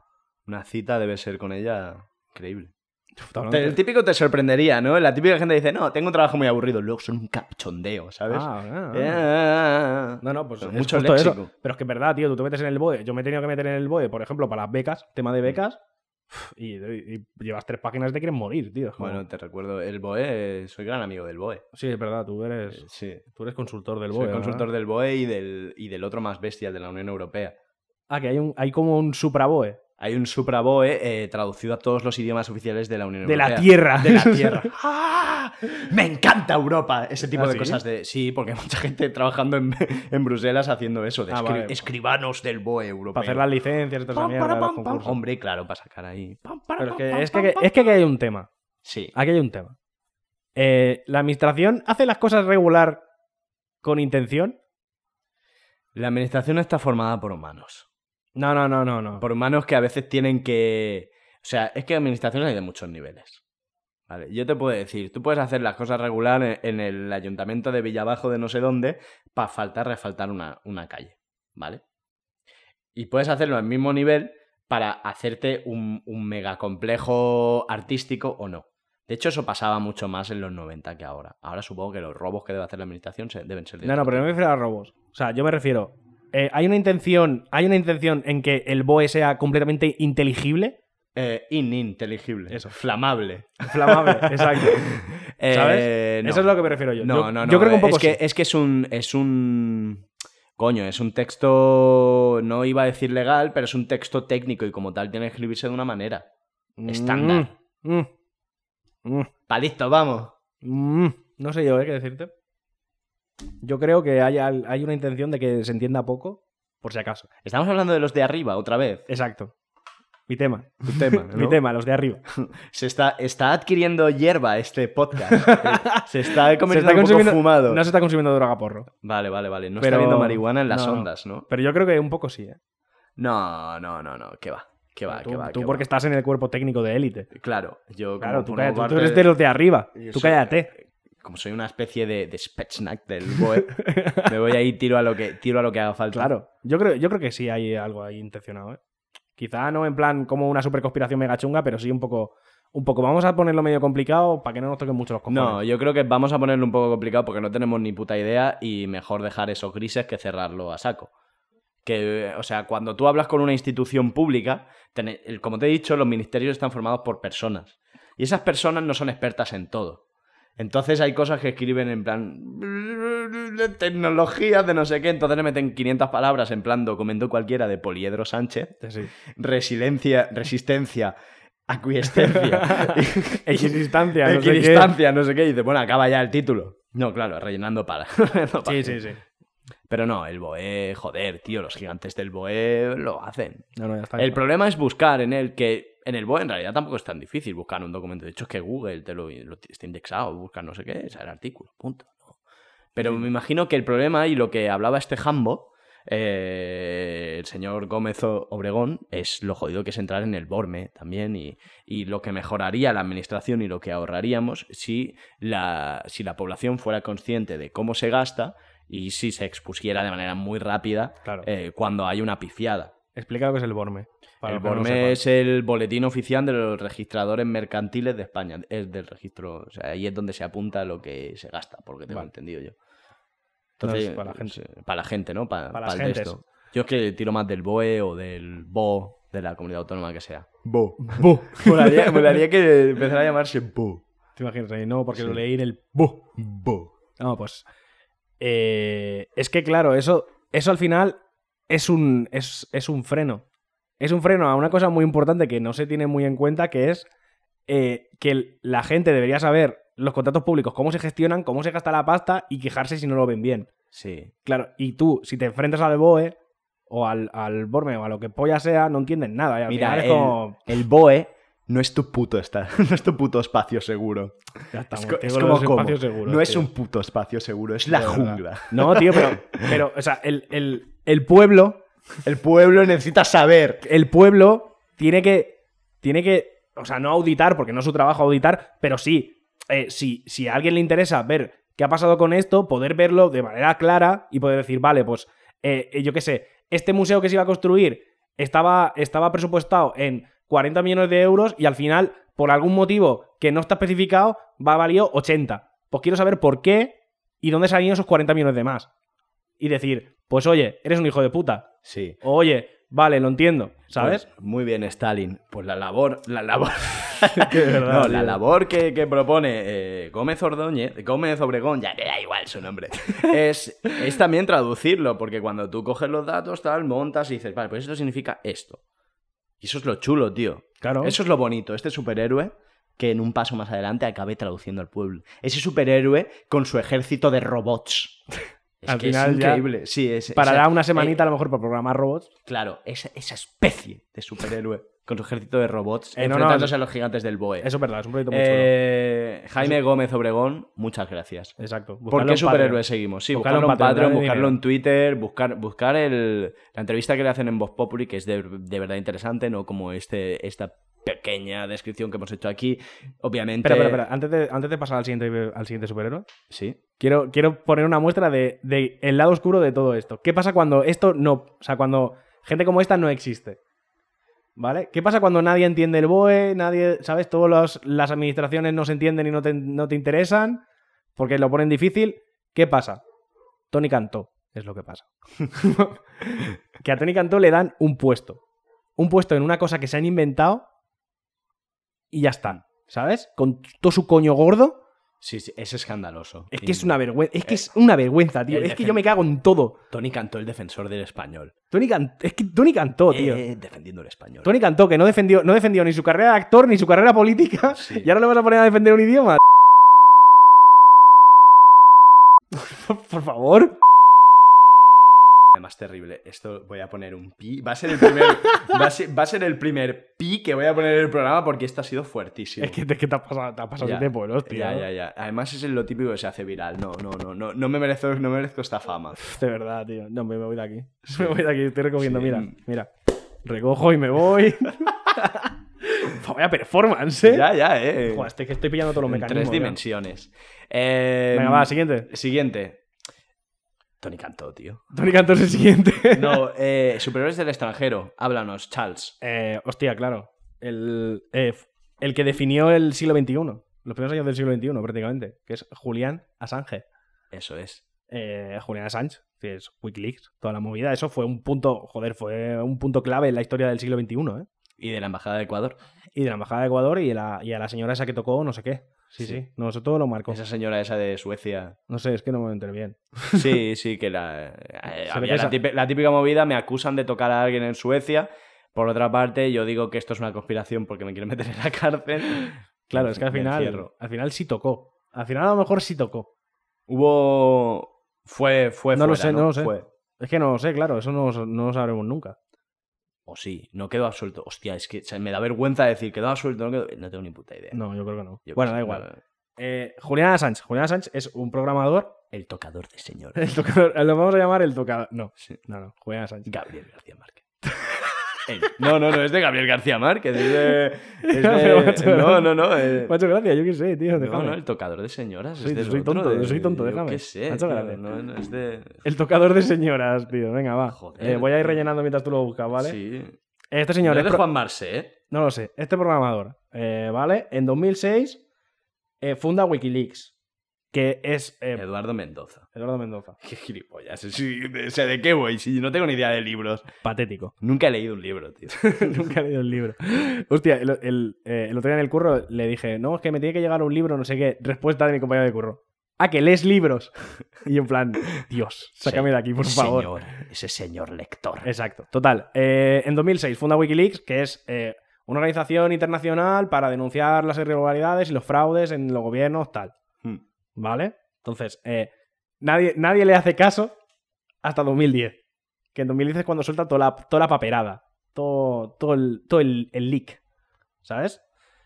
Speaker 1: Una cita debe ser con ella increíble.
Speaker 2: Uf, está hablando-
Speaker 1: Te- El típico te sorprendería, ¿no? La típica gente dice, no, tengo un trabajo muy aburrido. Luego son un cachondeo, ¿sabes?
Speaker 2: Ah, ah, ah.
Speaker 1: Eh, ah, ah, ah.
Speaker 2: No, no, pues
Speaker 1: Pero
Speaker 2: es
Speaker 1: mucho
Speaker 2: justo eso.
Speaker 1: léxico.
Speaker 2: Pero es que es verdad, tío, tú te metes en el BOE. Yo me he tenido que meter en el BOE, por ejemplo, para las becas, tema de becas, y, y llevas tres páginas y te quieres morir, tío. Es como-
Speaker 1: Bueno, te recuerdo, el BOE, eh, soy gran amigo del BOE.
Speaker 2: sí, es verdad, tú eres...
Speaker 1: Eh, Sí.
Speaker 2: Tú eres consultor del BOE. ah.
Speaker 1: Soy consultor
Speaker 2: ¿verdad?
Speaker 1: del BOE y del, y del otro más bestia, de la Unión Europea.
Speaker 2: Ah, que hay, un, hay como un supraboe.
Speaker 1: Hay un supraboe eh, traducido a todos los idiomas oficiales de la Unión
Speaker 2: De la
Speaker 1: Europea.
Speaker 2: tierra.
Speaker 1: De la tierra. ¡Ah! Me encanta Europa. Ese tipo
Speaker 2: ¿Ah,
Speaker 1: de
Speaker 2: sí?
Speaker 1: cosas de. Sí, porque hay mucha gente trabajando en, en Bruselas haciendo eso. De
Speaker 2: Ah,
Speaker 1: escri-
Speaker 2: vale.
Speaker 1: Escribanos del BOE europeo.
Speaker 2: [LAUGHS] Para hacer las licencias y todas esas mierdas, los concursos.
Speaker 1: Hombre, claro, para sacar ahí.
Speaker 2: Pero es que, es, que, es que aquí hay un tema.
Speaker 1: Sí.
Speaker 2: Aquí hay un tema. Eh, la administración hace las cosas regular con intención.
Speaker 1: La administración está formada por humanos.
Speaker 2: No, no, no, no, no.
Speaker 1: Por humanos que a veces tienen que. O sea, es que administraciones hay de muchos niveles. Vale, yo te puedo decir, tú puedes hacer las cosas regular en, en el ayuntamiento de Villabajo de no sé dónde para faltar, refaltar una, una calle, ¿vale? Y puedes hacerlo al mismo nivel para hacerte un, un megacomplejo artístico o no. De hecho, eso pasaba mucho más en los 90 que ahora. Ahora supongo que los robos que debe hacer la administración se- deben ser... de
Speaker 2: No, no,
Speaker 1: otro
Speaker 2: pero no me refiero a robos. O sea, yo me refiero. eh, hay una intención. Hay una intención en que el BOE sea completamente inteligible.
Speaker 1: Eh, ininteligible.
Speaker 2: Eso. [LAUGHS]
Speaker 1: Flamable. [LAUGHS] Eh,
Speaker 2: Flamable, exacto. ¿Sabes? Eso es lo que me refiero yo.
Speaker 1: No,
Speaker 2: Yo-
Speaker 1: no,
Speaker 2: yo
Speaker 1: no, eh,
Speaker 2: creo que un poco
Speaker 1: es que,
Speaker 2: sí.
Speaker 1: es que es un. Es un. Coño, es un texto. No iba a decir legal, pero es un texto técnico y como tal tiene que escribirse de una manera. Estándar.
Speaker 2: Mm, mm, mm,
Speaker 1: Palito, vamos.
Speaker 2: mm. No sé yo, ¿eh? ¿Qué decirte? Yo creo que hay, al- hay una intención de que se entienda poco, por si acaso.
Speaker 1: Estamos hablando de los de arriba otra vez.
Speaker 2: Exacto. Mi tema.
Speaker 1: Tu [LAUGHS] tema,
Speaker 2: Mi
Speaker 1: ¿no?
Speaker 2: tema, los de arriba.
Speaker 1: Se está, está adquiriendo hierba este
Speaker 2: [LAUGHS]
Speaker 1: podcast. se está convirtiendo
Speaker 2: Se está
Speaker 1: un poco
Speaker 2: consumiendo-
Speaker 1: fumado.
Speaker 2: No se está consumiendo droga porro.
Speaker 1: Vale, vale, vale. No
Speaker 2: Pero-
Speaker 1: está habiendo marihuana en las
Speaker 2: no, no.
Speaker 1: ondas, ¿no?
Speaker 2: Pero yo creo que un poco sí, ¿eh?
Speaker 1: No, no, no, no. ¿Qué va? ¿Qué va?
Speaker 2: tú
Speaker 1: ¿Qué va?
Speaker 2: tú
Speaker 1: qué
Speaker 2: porque
Speaker 1: va.
Speaker 2: estás en el cuerpo técnico de élite.
Speaker 1: Claro, yo como
Speaker 2: Claro, tú,
Speaker 1: formo
Speaker 2: cállate, tú
Speaker 1: parte
Speaker 2: eres
Speaker 1: de-
Speaker 2: de los de arriba.
Speaker 1: Yo
Speaker 2: Tú
Speaker 1: soy- eh,
Speaker 2: cállate.
Speaker 1: Como soy una especie de, de Spetsnaz del BOE, me voy ahí y tiro a lo que, tiro a lo que haga falta.
Speaker 2: [LAUGHS] Claro. Yo creo, yo creo que sí hay algo ahí intencionado, ¿eh? Quizá no en plan como una super conspiración mega chunga, pero sí un poco. Un poco. Vamos a ponerlo medio complicado para que no nos toquen mucho los cojones.
Speaker 1: No, yo creo que vamos a ponerlo un poco complicado porque no tenemos ni puta idea y mejor dejar esos grises que cerrarlo a saco. Que, eh, o sea, cuando tú hablas con una institución pública, tene- el- como te he dicho, los ministerios están formados por personas. Y esas personas no son expertas en todo. Entonces hay cosas que escriben en plan tecnologías de no sé qué, entonces le meten 500 palabras en plan documento cualquiera de Poliedro Sánchez, [LAUGHS]
Speaker 2: Sí.
Speaker 1: resiliencia, resistencia, aquiescencia. y- y-
Speaker 2: [LAUGHS] Equidistancia, no sé qué.
Speaker 1: equidistancia, no sé qué. Y dice, bueno, acaba ya el título. No, claro, rellenando [LAUGHS] para. rellenando
Speaker 2: Sí,
Speaker 1: páginas.
Speaker 2: sí, sí.
Speaker 1: Pero no, el BOE, joder, tío, los gigantes del BOE lo hacen.
Speaker 2: No, no, ya está.
Speaker 1: El problema es buscar en el que. En el BOE en realidad tampoco es tan difícil buscar un documento. De hecho, es que Google te lo, lo t- está indexado, busca no sé qué, es el artículo, punto. ¿no? Pero me imagino que el problema y lo que hablaba este jambo, eh, el señor Gómez O- Obregón, es lo jodido que es entrar en el borme también y, y lo que mejoraría la administración y lo que ahorraríamos si la, si la población fuera consciente de cómo se gasta y si se expusiera de manera muy rápida
Speaker 2: Claro.
Speaker 1: eh, cuando hay una pifiada
Speaker 2: Explica lo que es el Borme. para
Speaker 1: el
Speaker 2: los que no lo
Speaker 1: BORME
Speaker 2: sepan.
Speaker 1: es el boletín oficial de los registradores mercantiles de España. Es del registro. O sea, ahí es donde se apunta lo que se gasta, porque tengo
Speaker 2: Vale.
Speaker 1: entendido yo.
Speaker 2: No es para la gente.
Speaker 1: eh, Para la gente, ¿no? Para,
Speaker 2: Para
Speaker 1: para
Speaker 2: las
Speaker 1: el de
Speaker 2: gentes.
Speaker 1: esto. Yo es que tiro más del BOE o del BO de la comunidad autónoma que sea. [LAUGHS]
Speaker 2: Bo.
Speaker 1: Molaría, molaría que empezara a llamarse BO.
Speaker 2: Te imaginas ahí, no, porque
Speaker 1: Sí.
Speaker 2: lo leí en el bu. No, pues. eh, es que, claro, eso, eso al final es un, es, es un freno. Es un freno a una cosa muy importante que no se tiene muy en cuenta, que es eh, que el- la gente debería saber los contratos públicos, cómo se gestionan, cómo se gasta la pasta y quejarse si no lo ven bien.
Speaker 1: Sí.
Speaker 2: Claro, y tú, si te enfrentas al BOE o al, al Borme o a lo que polla sea, no entiendes nada. y al
Speaker 1: Mira,
Speaker 2: final es
Speaker 1: el,
Speaker 2: como...
Speaker 1: el BOE no es tu puto esta- [LAUGHS] no es tu puto espacio seguro.
Speaker 2: Ya estamos,
Speaker 1: Es, co-
Speaker 2: tío,
Speaker 1: es
Speaker 2: con
Speaker 1: como
Speaker 2: los
Speaker 1: como,
Speaker 2: espacios seguros,
Speaker 1: no es
Speaker 2: tío.
Speaker 1: un puto espacio seguro, es la
Speaker 2: De verdad.
Speaker 1: jungla.
Speaker 2: No, tío, pero, pero o sea, el, el- el pueblo,
Speaker 1: El pueblo necesita saber.
Speaker 2: el pueblo tiene que, tiene que, o sea, no auditar, porque no es su trabajo auditar, pero sí, eh, si, si a alguien le interesa ver qué ha pasado con esto, poder verlo de manera clara y poder decir, vale, pues, eh, eh, yo qué sé, este museo que se iba a construir estaba, estaba presupuestado en 40 millones de euros y al final, por algún motivo que no está especificado, va a valió 80. Pues quiero saber por qué y dónde se han ido esos 40 millones de más. Y decir, pues oye, eres un hijo de puta.
Speaker 1: Sí.
Speaker 2: O, Oye, vale, lo entiendo, ¿sabes?
Speaker 1: Pues, muy bien, Stalin. Pues la labor, la labor.
Speaker 2: [LAUGHS] Que de
Speaker 1: [LAUGHS]
Speaker 2: verdad,
Speaker 1: no, la
Speaker 2: tío.
Speaker 1: labor que, que propone eh, Gómez Ordóñez, Gómez Obregón, ya me da igual su
Speaker 2: [LAUGHS]
Speaker 1: nombre, es, es también traducirlo, porque cuando tú coges los datos, tal, montas y dices, vale, pues esto significa esto. Y eso es lo chulo, tío.
Speaker 2: Claro.
Speaker 1: Eso es lo bonito, este superhéroe que en un paso más adelante acabe traduciendo al pueblo. Ese superhéroe con su ejército de robots. [LAUGHS] Es
Speaker 2: Al
Speaker 1: que
Speaker 2: final
Speaker 1: es
Speaker 2: ya
Speaker 1: increíble. Sí, es,
Speaker 2: Parará
Speaker 1: esa-
Speaker 2: una
Speaker 1: eh,
Speaker 2: semanita a lo mejor para programar robots.
Speaker 1: Claro, esa, esa especie de
Speaker 2: [LAUGHS]
Speaker 1: superhéroe con su ejército de robots
Speaker 2: Eh, no, no,
Speaker 1: enfrentándose
Speaker 2: es-
Speaker 1: a los gigantes del BOE.
Speaker 2: Eso es verdad, es un proyecto muy
Speaker 1: Eh, Jaime Gómez Obregón, muchas gracias.
Speaker 2: chulo. Exacto.
Speaker 1: ¿Por
Speaker 2: Eh, buscarlo
Speaker 1: qué
Speaker 2: en Patreon.
Speaker 1: superhéroes seguimos? Sí,
Speaker 2: Buscarlo
Speaker 1: buscarlo,
Speaker 2: en
Speaker 1: en Patreon,
Speaker 2: darle
Speaker 1: buscarlo
Speaker 2: dinero.
Speaker 1: en Twitter, buscar, buscar el, la entrevista que le hacen en Voz Populi, que es de, de verdad interesante, no como este, esta pequeña descripción que hemos hecho aquí. Obviamente.
Speaker 2: Espera, espera, espera. Antes de, antes de pasar al siguiente, al siguiente superhéroe,
Speaker 1: Sí.
Speaker 2: quiero, quiero poner una muestra de, de el lado oscuro de todo esto. ¿Qué pasa cuando esto no. O sea, cuando gente como esta no existe? ¿Vale? ¿Qué pasa cuando nadie entiende el BOE? Nadie. ¿Sabes? Todas las administraciones no se entienden y no te, no te interesan porque lo ponen difícil. ¿Qué pasa? Tony Cantó es lo que pasa. [LAUGHS] que a Tony Cantó le dan un puesto. Un puesto en una cosa que se han inventado y ya está. ¿Sabes? Con todo su coño gordo.
Speaker 1: Sí, sí, es escandaloso.
Speaker 2: Es que es una vergüenza. Es que es una vergüenza, tío.
Speaker 1: eh, el
Speaker 2: Es que
Speaker 1: defen-
Speaker 2: yo me cago en todo.
Speaker 1: Tony Cantó, el defensor del español.
Speaker 2: Tony Can- Es que Tony cantó, tío.
Speaker 1: Eh, defendiendo el español.
Speaker 2: Tony cantó que no defendió, no defendió ni su carrera de actor ni su carrera política.
Speaker 1: Sí.
Speaker 2: [LAUGHS] Y ahora le vas a poner a defender
Speaker 1: [LAUGHS]
Speaker 2: un idioma. Por, por favor.
Speaker 1: Además, terrible. Esto voy a poner un pi. Va a ser el
Speaker 2: [LAUGHS]
Speaker 1: primer, va a ser, va a ser el primer pi que voy a poner en el programa porque esto ha sido fuertísimo.
Speaker 2: Es que, es que te has pasado, te has pasado
Speaker 1: Ya.
Speaker 2: siete pueblos, tío.
Speaker 1: Ya, ya, ya. Además, es lo típico que se hace viral. No, no, no, no, no me merezco, no merezco esta fama.
Speaker 2: De verdad, tío. No, me, me voy de aquí. [LAUGHS] Me voy de aquí. Estoy recogiendo.
Speaker 1: Sí.
Speaker 2: Mira, mira. Recojo y
Speaker 1: [LAUGHS]
Speaker 2: me voy. Vaya performance, ¿eh?
Speaker 1: Ya, ya, eh.
Speaker 2: Joder, este que estoy pillando todos los
Speaker 1: en
Speaker 2: mecanismos.
Speaker 1: tres
Speaker 2: tío.
Speaker 1: dimensiones. Eh,
Speaker 2: Venga, va, siguiente.
Speaker 1: Siguiente. Tony Cantó,
Speaker 2: [LAUGHS]
Speaker 1: tío.
Speaker 2: Tony Cantó es el siguiente. [LAUGHS]
Speaker 1: No, eh, superiores del extranjero. Háblanos, Charles.
Speaker 2: Eh, hostia, claro. El, eh, f- el que definió el siglo XXI. Los primeros años del siglo XXI, prácticamente. Que es Julián Assange.
Speaker 1: Eso es.
Speaker 2: Eh, Julián Assange, que es Wikileaks, toda la movida. Eso fue un punto, joder, fue un punto clave en la historia del siglo XXI, ¿eh?
Speaker 1: Y de la Embajada de Ecuador.
Speaker 2: Y de la Embajada de Ecuador y, de la, y a la señora esa que tocó, no sé qué. Sí,
Speaker 1: Sí.
Speaker 2: sí. No, eso todo lo marcó.
Speaker 1: Esa señora esa de Suecia.
Speaker 2: No sé, es que no me entero bien. [LAUGHS]
Speaker 1: Sí, sí, que la, eh,
Speaker 2: Se
Speaker 1: había
Speaker 2: ve que
Speaker 1: la,
Speaker 2: esa-
Speaker 1: típica, la típica movida, me acusan de tocar a alguien en Suecia. Por otra parte, yo digo que esto es una conspiración porque me quieren meter en la cárcel.
Speaker 2: Claro, es que al
Speaker 1: Me
Speaker 2: final,
Speaker 1: encierro.
Speaker 2: al final sí tocó. Al final a lo mejor sí tocó.
Speaker 1: Hubo... Fue, fue
Speaker 2: No lo
Speaker 1: fuera,
Speaker 2: sé, no lo sé.
Speaker 1: Fue.
Speaker 2: Es que no lo sé, claro, eso no, lo- no lo sabremos nunca.
Speaker 1: O sí, no quedó absuelto. Hostia, es que o sea, me da vergüenza decir quedó absuelto, no quedó... No tengo ni puta idea.
Speaker 2: No, yo creo que no.
Speaker 1: Yo
Speaker 2: bueno,
Speaker 1: qué
Speaker 2: da
Speaker 1: sé,
Speaker 2: igual.
Speaker 1: no.
Speaker 2: Eh, Julián Assange. Julián Assange es un programador. [LAUGHS]
Speaker 1: El tocador de señor.
Speaker 2: El tocador- lo vamos a llamar el tocador. No,
Speaker 1: Sí.
Speaker 2: no, no. Julián Assange. [LAUGHS]
Speaker 1: Gabriel García Márquez. El- No, no, no, es de Gabriel García Márquez. Es
Speaker 2: [LAUGHS]
Speaker 1: de... es
Speaker 2: Pero,
Speaker 1: de-
Speaker 2: macho,
Speaker 1: Eh, No, no, no. eh,
Speaker 2: Macho, gracias, yo qué sé, tío.
Speaker 1: No,
Speaker 2: déjame.
Speaker 1: no, el tocador de señoras.
Speaker 2: Soy-
Speaker 1: es del
Speaker 2: soy
Speaker 1: otro,
Speaker 2: tonto,
Speaker 1: de-
Speaker 2: yo soy tonto,
Speaker 1: yo
Speaker 2: déjame.
Speaker 1: qué sé,
Speaker 2: Macho,
Speaker 1: tío,
Speaker 2: gracias.
Speaker 1: no, no, es de...
Speaker 2: El tocador de señoras, tío. Venga, va.
Speaker 1: Joder.
Speaker 2: Eh, voy a ir rellenando mientras tú lo buscas, ¿vale?
Speaker 1: Sí.
Speaker 2: Este señor
Speaker 1: No
Speaker 2: es
Speaker 1: de
Speaker 2: pro-
Speaker 1: Juan Marce, ¿eh?
Speaker 2: No lo sé. Este programador, eh, ¿vale? En 2006 eh, funda Wikileaks, que es eh,
Speaker 1: Eduardo Mendoza. [LAUGHS]
Speaker 2: Eduardo Mendoza.
Speaker 1: Qué gilipollas. Sí, o sea, ¿de qué voy? Si no tengo ni idea de libros.
Speaker 2: Patético.
Speaker 1: Nunca he leído un libro, tío.
Speaker 2: Nunca he leído el libro. Hostia, el, el, eh, el otro día en el curro le dije, no, es que me tiene que llegar un libro, no sé qué. Respuesta de mi compañero de curro. Ah, que lees libros. [LAUGHS] Y en plan, Dios, sácame de aquí, [LAUGHS] por favor.
Speaker 1: Señor, ese señor lector.
Speaker 2: Exacto. Total. eh, en 2006 funda Wikileaks, que es eh, una organización internacional para denunciar las irregularidades y los fraudes en los gobiernos, tal.
Speaker 1: Hmm.
Speaker 2: ¿Vale? Entonces, eh, nadie, nadie le hace caso hasta 2010. Que en 2010 es cuando suelta toda la, toda la paperada. Todo, todo, el, todo el, el leak. ¿Sabes?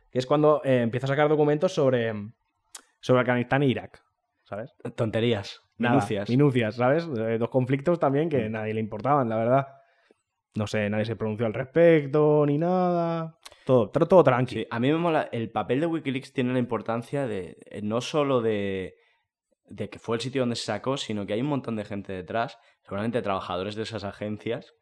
Speaker 2: Que es cuando eh, empieza a sacar documentos sobre, sobre Afganistán e Irak. ¿Sabes?
Speaker 1: Tonterías.
Speaker 2: Nada,
Speaker 1: Minucias.
Speaker 2: Eh,
Speaker 1: Mm.
Speaker 2: Minucias, ¿sabes? Eh, dos conflictos también que nadie le importaban, la verdad. No sé, nadie se pronunció al respecto, ni nada. Todo, todo, todo tranqui.
Speaker 1: Sí, Eh, a mí me mola. El papel de Wikileaks tiene la importancia de. eh, No solo de. De que fue el sitio donde se sacó, sino que hay un montón de gente detrás, seguramente trabajadores de esas agencias,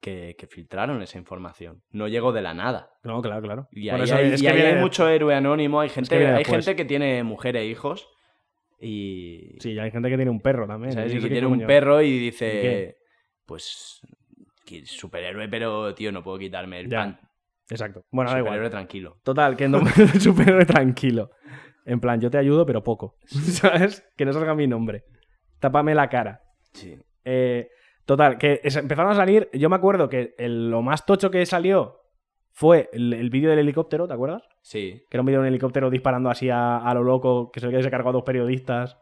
Speaker 1: que, que filtraron esa información. No llegó de la nada.
Speaker 2: No, claro, claro.
Speaker 1: Y
Speaker 2: Bueno,
Speaker 1: ahí
Speaker 2: eso
Speaker 1: hay,
Speaker 2: es
Speaker 1: y
Speaker 2: que
Speaker 1: ahí hay
Speaker 2: viene-
Speaker 1: mucho héroe anónimo, hay gente,
Speaker 2: viene
Speaker 1: hay
Speaker 2: después.
Speaker 1: gente que tiene mujer e hijos. Y.
Speaker 2: Sí, hay gente que tiene un perro también.
Speaker 1: ¿sabes?
Speaker 2: y
Speaker 1: Y
Speaker 2: eso
Speaker 1: que
Speaker 2: qué
Speaker 1: tiene un
Speaker 2: coño.
Speaker 1: perro y
Speaker 2: ¿Y
Speaker 1: dice.
Speaker 2: qué?
Speaker 1: Pues. que Superhéroe, pero tío, no puedo quitarme el
Speaker 2: Ya,
Speaker 1: pan.
Speaker 2: Exacto. Bueno, da
Speaker 1: superhéroe
Speaker 2: igual.
Speaker 1: tranquilo.
Speaker 2: Total, que no el [LAUGHS] superhéroe tranquilo. En plan, yo te ayudo, pero poco. [LAUGHS] ¿Sabes? Que no salga mi nombre. Tápame la cara.
Speaker 1: Sí.
Speaker 2: Eh, total, que es- empezaron a salir. Yo me acuerdo que el- lo más tocho que salió fue el, el vídeo del helicóptero, ¿te acuerdas?
Speaker 1: Sí.
Speaker 2: Que era un vídeo de un helicóptero disparando así a, a lo loco, que se ve que se cargó a dos periodistas.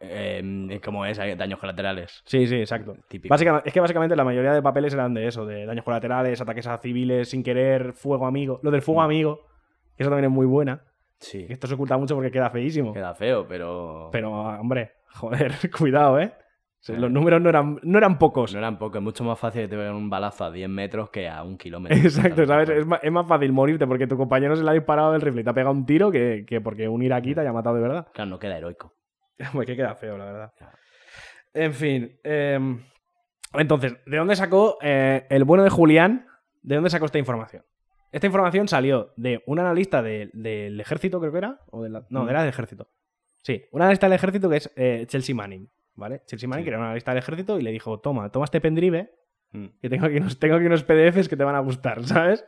Speaker 1: Eh, ¿Cómo es? Hay daños colaterales.
Speaker 2: Sí, sí, exacto.
Speaker 1: Típico.
Speaker 2: Básicamente, es que básicamente la mayoría de papeles eran de eso, de daños colaterales, ataques a civiles sin querer, fuego amigo. Lo del fuego
Speaker 1: Mm.
Speaker 2: amigo, que eso también es muy buena.
Speaker 1: Sí.
Speaker 2: Esto se oculta mucho porque queda feísimo.
Speaker 1: Queda feo, pero.
Speaker 2: Pero, hombre, joder, [LAUGHS] cuidado, ¿eh?
Speaker 1: Sí.
Speaker 2: Los números no eran, no eran pocos.
Speaker 1: No
Speaker 2: [LAUGHS]
Speaker 1: eran pocos, es mucho más fácil que te peguen un balazo a 10 metros que a un kilómetro.
Speaker 2: [LAUGHS] Exacto,
Speaker 1: Tal
Speaker 2: ¿sabes?
Speaker 1: cual.
Speaker 2: Es ma- es más, fácil morirte porque tu compañero se le ha disparado del rifle y te ha pegado un tiro que, que porque un iraquí te haya matado de verdad.
Speaker 1: Claro, no queda heroico.
Speaker 2: [LAUGHS] Hombre, que queda feo, la verdad. En fin. em, entonces, ¿de dónde sacó eh, el bueno de Julián? ¿De dónde sacó esta información? Esta información salió de un analista de- del ejército, creo que era. O de la- no, era del ejército. Sí, un analista del ejército que es eh, Chelsea Manning. ¿Vale? Chelsea Manning,
Speaker 1: Sí.
Speaker 2: que era un analista del ejército, y le dijo: Toma, toma este pendrive,
Speaker 1: Mm.
Speaker 2: que tengo aquí unos, tengo aquí unos PDFs que te van a gustar, [LAUGHS] ¿sabes?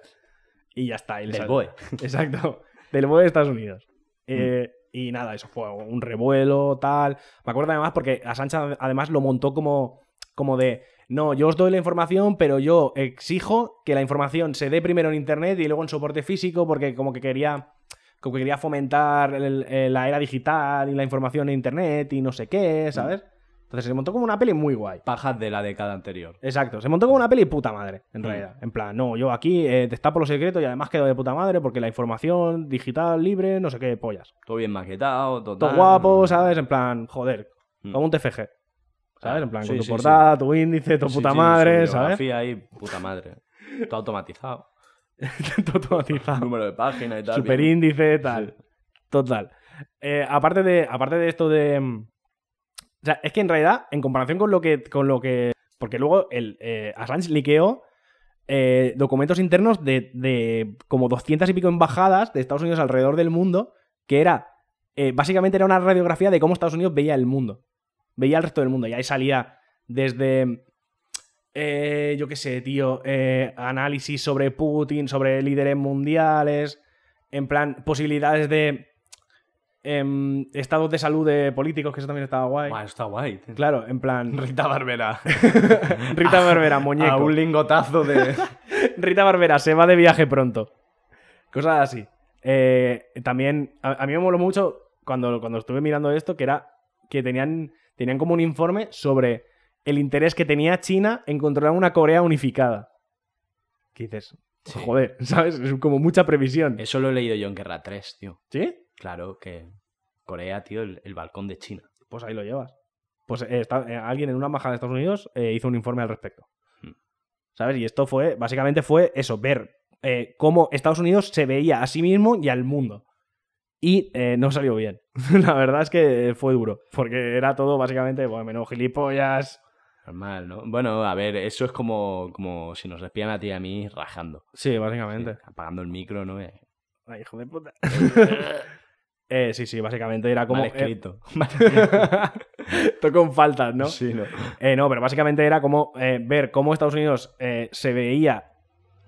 Speaker 2: Y ya está. y le
Speaker 1: Del
Speaker 2: sal-
Speaker 1: BOE.
Speaker 2: [LAUGHS] Exacto. Del BOE de Estados Unidos. Eh, Y nada, eso fue un revuelo, tal. Me acuerdo además porque a Sancha además lo montó como, como de, no, yo os doy la información, pero yo exijo que la información se dé primero en Internet y luego en soporte físico porque como que quería, como que quería fomentar el- el- la era digital y la información en Internet y no sé qué, ¿sabes? Entonces se montó como una peli muy guay.
Speaker 1: Pajas de la década anterior.
Speaker 2: Exacto, se montó como una peli puta madre, en
Speaker 1: Mm.
Speaker 2: realidad. En plan, no, yo aquí eh, destapo los secretos y además quedo de puta madre porque la información digital, libre, no sé qué, pollas.
Speaker 1: Todo bien maquetado, todo
Speaker 2: Todo
Speaker 1: tal.
Speaker 2: guapo, ¿sabes? En plan, joder,
Speaker 1: Mm.
Speaker 2: como un TFG. ¿Sabes?
Speaker 1: Claro,
Speaker 2: En plan,
Speaker 1: sí,
Speaker 2: con tu
Speaker 1: sí,
Speaker 2: portada, tu índice, tu
Speaker 1: Sí,
Speaker 2: puta
Speaker 1: sí,
Speaker 2: madre,
Speaker 1: su
Speaker 2: ¿sabes?
Speaker 1: biografía ahí, puta madre. Todo automatizado.
Speaker 2: [LAUGHS] Todo automatizado.
Speaker 1: Número de página y tal.
Speaker 2: Super
Speaker 1: bien.
Speaker 2: índice, tal. Total. Eh, aparte, de, aparte de esto de. mm, O sea, es que en realidad, en comparación con lo que. Con lo que porque luego el, eh, Assange liqueó eh, documentos internos de, de como 200 y pico embajadas de Estados Unidos alrededor del mundo, que era. eh, básicamente era una radiografía de cómo Estados Unidos veía el mundo. Veía el resto del mundo. Y ahí salía desde. eh, yo qué sé, tío. eh, análisis sobre Putin, sobre líderes mundiales. En plan, posibilidades de em, estados de salud de políticos, que eso también estaba guay.
Speaker 1: Buah, está guay.
Speaker 2: Claro, en plan.
Speaker 1: [LAUGHS] Rita Barbera.
Speaker 2: Rita Barbera, muñeco.
Speaker 1: Ah, A un lingotazo de.
Speaker 2: Rita Barbera se va de viaje pronto. Cosas así. Eh, también, a, a mí me moló mucho cuando, cuando estuve mirando esto, que era que tenían, tenían como un informe sobre el interés que tenía China en controlar una Corea unificada. ¿Qué dices?
Speaker 1: Sí.
Speaker 2: Joder, [LAUGHS] ¿sabes? Es como mucha previsión.
Speaker 1: Eso lo he leído yo en Guerra 3, tío.
Speaker 2: ¿Sí?
Speaker 1: Claro que. Corea, tío, el, el balcón de China.
Speaker 2: Pues ahí lo llevas. Pues eh, está- eh, alguien en una embajada de Estados Unidos eh, hizo un informe al respecto.
Speaker 1: Hmm.
Speaker 2: ¿Sabes? Y esto fue, básicamente fue eso, ver eh, cómo Estados Unidos se veía a sí mismo y al mundo. Y eh, no salió bien. [LAUGHS] La verdad es que eh, fue duro. Porque era todo básicamente, bueno, menos gilipollas.
Speaker 1: Normal, ¿no? Bueno, a ver, eso es como, como si nos despían a ti y a mí rajando.
Speaker 2: Sí, básicamente.
Speaker 1: Apagando el micro, ¿no? Eh,
Speaker 2: Ay, hijo de puta. [LAUGHS] Eh, sí, sí, básicamente era como.
Speaker 1: Mal
Speaker 2: eh, [LAUGHS]
Speaker 1: escrito. Mal-
Speaker 2: tocó en faltas, ¿no?
Speaker 1: Sí, no.
Speaker 2: Eh, no, pero básicamente era como eh, ver cómo Estados Unidos eh, se veía,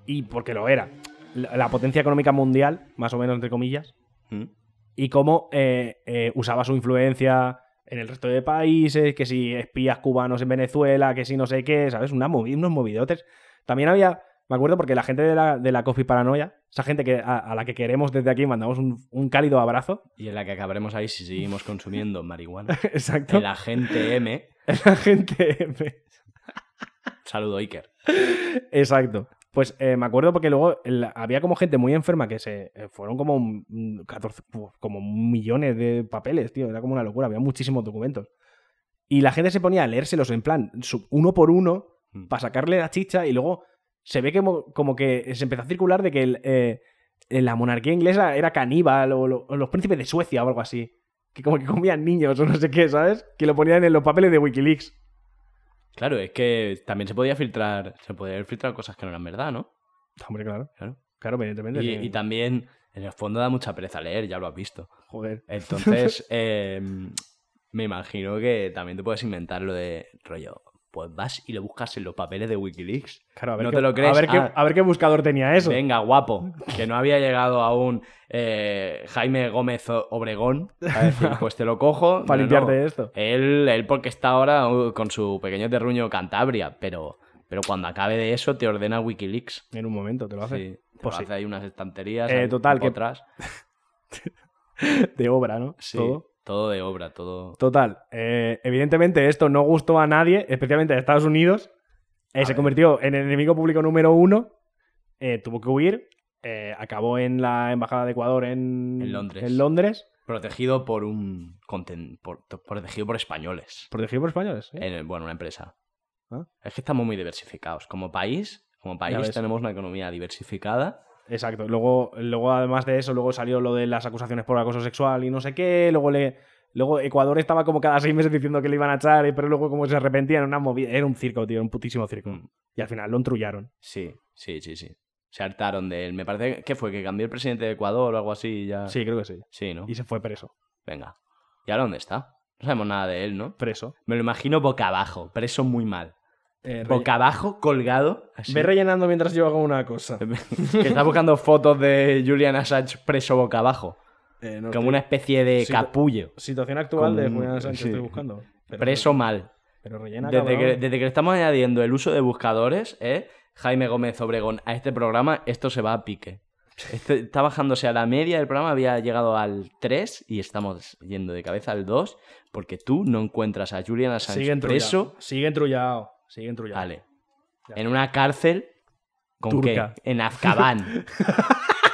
Speaker 2: y porque lo era, la, la potencia económica mundial, más o menos entre comillas,
Speaker 1: ¿Mm?
Speaker 2: y cómo eh, eh, usaba su influencia en el resto de países, que si espías cubanos en Venezuela, que si no sé qué, ¿sabes? Una movi- unos movidotes. También había, me acuerdo, porque la gente de la, de la Coffee Paranoia, esa gente que, a, a la que queremos desde aquí, mandamos un, un cálido abrazo. [LAUGHS]
Speaker 1: Y en la que acabaremos ahí si seguimos consumiendo marihuana.
Speaker 2: Exacto.
Speaker 1: El agente M.
Speaker 2: la gente... [LAUGHS]
Speaker 1: Saludo, Iker.
Speaker 2: Exacto. Pues eh, me acuerdo porque luego la- había como gente muy enferma que se eh, fueron como mm, 14, uf, como millones de papeles, tío. Era como una locura. Había muchísimos documentos. Y la gente se ponía a leérselos en plan, su- uno por uno,
Speaker 1: Mm.
Speaker 2: para sacarle la chicha. Y luego se ve que mo- como que se empezó a circular de que el, eh, la monarquía inglesa era caníbal o, lo- o los príncipes de Suecia o algo así. Que como que comían niños o no sé qué, ¿sabes? Que lo ponían en los papeles de Wikileaks.
Speaker 1: Claro, es que también se podía filtrar. Se podían filtrar cosas que no eran verdad, ¿no?
Speaker 2: Hombre, claro.
Speaker 1: Claro.
Speaker 2: Claro, evidentemente.
Speaker 1: Y,
Speaker 2: sí.
Speaker 1: y también, en el fondo, da mucha pereza leer, ya lo has visto.
Speaker 2: Joder.
Speaker 1: Entonces, eh, me imagino que también te puedes inventar lo de rollo. Pues vas y lo buscas en los papeles de Wikileaks.
Speaker 2: Claro, a ver,
Speaker 1: no
Speaker 2: qué,
Speaker 1: te lo crees.
Speaker 2: A ver, qué,
Speaker 1: Ah,
Speaker 2: a ver qué buscador tenía eso.
Speaker 1: Venga, guapo. Que no había llegado aún eh, Jaime Gómez O- Obregón. A decir, pues te lo cojo.
Speaker 2: [LAUGHS] Para
Speaker 1: No,
Speaker 2: limpiarte
Speaker 1: no.
Speaker 2: de esto.
Speaker 1: Él, él porque está ahora uh, con su pequeño terruño Cantabria, pero, pero cuando acabe de eso te ordena Wikileaks.
Speaker 2: En un momento te lo hace.
Speaker 1: Sí, te
Speaker 2: Pues
Speaker 1: lo
Speaker 2: sí.
Speaker 1: hace ahí unas estanterías.
Speaker 2: Eh,
Speaker 1: ahí,
Speaker 2: total, que-
Speaker 1: otras.
Speaker 2: De obra, ¿no?
Speaker 1: Sí,
Speaker 2: Todo.
Speaker 1: todo. de obra, todo.
Speaker 2: Total. eh, evidentemente esto no gustó a nadie, especialmente a Estados Unidos. Eh, se convirtió en el enemigo público número uno. Eh, tuvo que huir. eh, acabó en la embajada de Ecuador en,
Speaker 1: En Londres.
Speaker 2: Londres.
Speaker 1: Protegido por un. conten- por- to- protegido por españoles.
Speaker 2: Protegido por españoles. ¿eh?
Speaker 1: En el- bueno, una empresa.
Speaker 2: ¿Ah?
Speaker 1: Es que estamos muy diversificados. Como país, como país
Speaker 2: ves.
Speaker 1: tenemos una economía diversificada.
Speaker 2: Exacto. Luego, luego, además de eso, luego salió lo de las acusaciones por acoso sexual y no sé qué. Luego le. Luego Ecuador estaba como cada seis meses diciendo que le iban a echar, eh, pero luego como se arrepentían, una movida. Era un circo, tío, era un putísimo circo.
Speaker 1: Mm,
Speaker 2: Y al final lo entrullaron.
Speaker 1: Sí, sí, sí, sí. Se hartaron de él. Me parece que fue que cambió el presidente de Ecuador o algo así y ya.
Speaker 2: Sí, creo que sí.
Speaker 1: Sí, ¿no?
Speaker 2: Y se fue preso.
Speaker 1: Venga. ¿Y ahora dónde está? No sabemos nada de él, ¿no?
Speaker 2: Preso.
Speaker 1: Me lo imagino boca abajo, preso muy mal.
Speaker 2: Eh, relle-
Speaker 1: Boca abajo, colgado. así.
Speaker 2: Ve rellenando mientras yo hago una cosa.
Speaker 1: que está buscando fotos de Julian Assange preso boca abajo.
Speaker 2: Eh, no,
Speaker 1: Como una especie de
Speaker 2: Sí,
Speaker 1: capullo.
Speaker 2: Situación actual
Speaker 1: Con-
Speaker 2: de Julián Sánchez
Speaker 1: sí.
Speaker 2: estoy buscando. Pero-
Speaker 1: Preso mal.
Speaker 2: Pero rellena,
Speaker 1: Desde
Speaker 2: cabrón.
Speaker 1: que, desde que le estamos añadiendo el uso de buscadores, ¿eh? Jaime Gómez Obregón, a este programa, esto se va a pique. Este- está bajándose a la media del programa, había llegado al 3 y estamos yendo de cabeza al 2 porque tú no encuentras a Julian Assange
Speaker 2: Sigue entrullado.
Speaker 1: preso.
Speaker 2: Sigue entrullado. Sigue entrullado.
Speaker 1: Vale. En una cárcel. ¿Con
Speaker 2: Turca.
Speaker 1: qué? En Azkaban.
Speaker 2: [LAUGHS]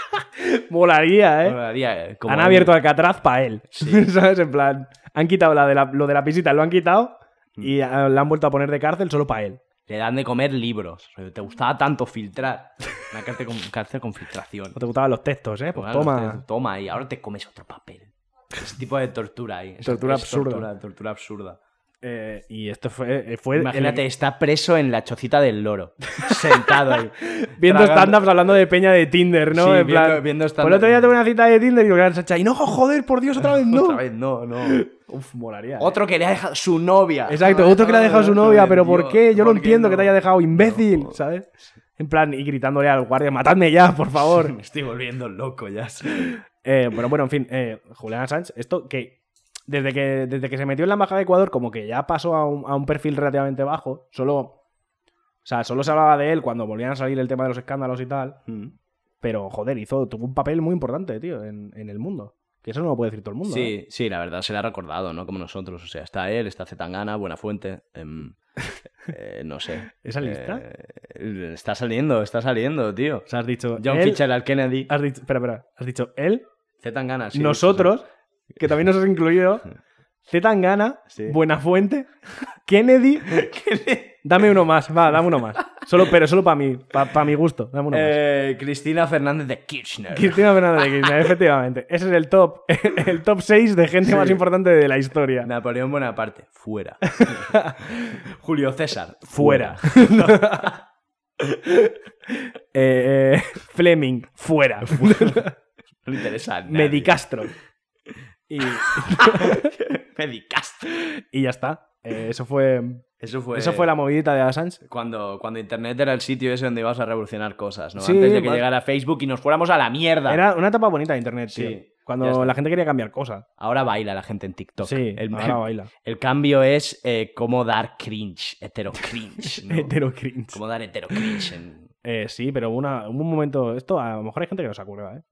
Speaker 2: Molaría, ¿eh?
Speaker 1: Molaría, como
Speaker 2: han
Speaker 1: algo-
Speaker 2: abierto Alcatraz para él. [LAUGHS] ¿Sabes? En plan, han quitado la de la- lo de la pisita, lo han quitado
Speaker 1: Mm.
Speaker 2: y ah, la han vuelto a poner de cárcel solo para él.
Speaker 1: Le dan de comer libros. O sea, Te gustaba tanto filtrar. Una cárcel con, cárcel con filtración.
Speaker 2: No te gustaban los textos, ¿eh? Pues
Speaker 1: Ahora los
Speaker 2: toma.
Speaker 1: te- Toma y ahora te comes otro papel. Ese tipo de tortura ahí. Esa-
Speaker 2: Tortura
Speaker 1: es
Speaker 2: absurda.
Speaker 1: Tortura, tortura absurda.
Speaker 2: Eh, y esto fue, eh, fue el-
Speaker 1: Imagínate, está preso en la chocita del
Speaker 2: [LAUGHS]
Speaker 1: loro. Sentado ahí.
Speaker 2: viendo
Speaker 1: tragando-
Speaker 2: stand-ups hablando de peña de Tinder, ¿no?
Speaker 1: Sí,
Speaker 2: en plan,
Speaker 1: viendo- viendo
Speaker 2: pues el
Speaker 1: stand-up.
Speaker 2: otro día tuve una cita de Tinder y lo que era Sacha, y no, joder, por Dios, otra vez no.
Speaker 1: [LAUGHS] Otra vez, no, no.
Speaker 2: Uf, molaría. ¿eh?
Speaker 1: Otro que le ha dejado su novia.
Speaker 2: Exacto, otro que le ha dejado su novia, pero ¿por qué? Yo lo entiendo que te haya dejado imbécil,
Speaker 1: ¿sabes?
Speaker 2: ¿sabes? En plan, y gritándole al guardia, matadme ya, por
Speaker 1: [LAUGHS]
Speaker 2: favor.
Speaker 1: Me estoy volviendo loco ya.
Speaker 2: Eh, bueno, bueno, en fin, eh, Julián Assange, esto que desde, que desde que se metió en la embajada de Ecuador, como que ya pasó a un, a un perfil relativamente bajo, solo. O sea, solo se hablaba de él cuando volvían a salir el tema de los escándalos y tal. Pero, joder, hizo, tuvo un papel muy importante, tío, en, en el mundo. Que eso no lo puede decir todo el mundo.
Speaker 1: Sí,
Speaker 2: ¿eh?
Speaker 1: sí, la verdad se le ha recordado, ¿no? Como nosotros. O sea, está él, está Zetangana, Buenafuente. em, [LAUGHS] eh, no sé.
Speaker 2: ¿Esa lista?
Speaker 1: Eh, está saliendo, está saliendo, tío.
Speaker 2: O sea, has dicho.
Speaker 1: John
Speaker 2: él-
Speaker 1: Fisher al Kennedy.
Speaker 2: Has dicho, espera, espera. Has dicho él,
Speaker 1: Zetangana, sí.
Speaker 2: nosotros, que también nos has
Speaker 1: [LAUGHS]
Speaker 2: incluido, Z Tangana,
Speaker 1: Sí.
Speaker 2: Buenafuente,
Speaker 1: [LAUGHS]
Speaker 2: Kennedy. Dame uno más, va, dame uno más. Solo, pero solo para mí, para mi gusto. Dame uno más.
Speaker 1: Eh, Cristina Fernández de Kirchner.
Speaker 2: Cristina Fernández de Kirchner, efectivamente. Ese es el top, [LAUGHS] el top 6 de gente más importante de la historia.
Speaker 1: Napoleón Bonaparte,
Speaker 2: [LAUGHS]
Speaker 1: fuera. Julio César,
Speaker 2: Fuera. [LAUGHS] Eh, eh, Fleming, fuera.
Speaker 1: [LAUGHS] No le interesa a nadie.
Speaker 2: Medicastro. Y,
Speaker 1: Medicast.
Speaker 2: y ya está. Eh, eso fue.
Speaker 1: Eso fue.
Speaker 2: Eso fue la movidita de Assange.
Speaker 1: Cuando, cuando Internet era el sitio ese donde ibas a revolucionar cosas, ¿no?
Speaker 2: Sí,
Speaker 1: Antes de que
Speaker 2: más-
Speaker 1: llegara Facebook y nos fuéramos a la mierda.
Speaker 2: Era una etapa bonita de internet,
Speaker 1: Sí,
Speaker 2: tío.
Speaker 1: ya
Speaker 2: Cuando
Speaker 1: está.
Speaker 2: la gente quería cambiar cosas.
Speaker 1: Ahora baila la gente en TikTok.
Speaker 2: Sí,
Speaker 1: el, [LAUGHS]
Speaker 2: ahora baila.
Speaker 1: el cambio es eh, cómo dar cringe, hetero cringe. ¿no?
Speaker 2: [LAUGHS] Hetero cringe.
Speaker 1: Cómo dar hetero cringe. en-
Speaker 2: Eh, sí, pero hubo una, hubo un momento. Esto a lo mejor hay gente que no se acuerda, ¿eh?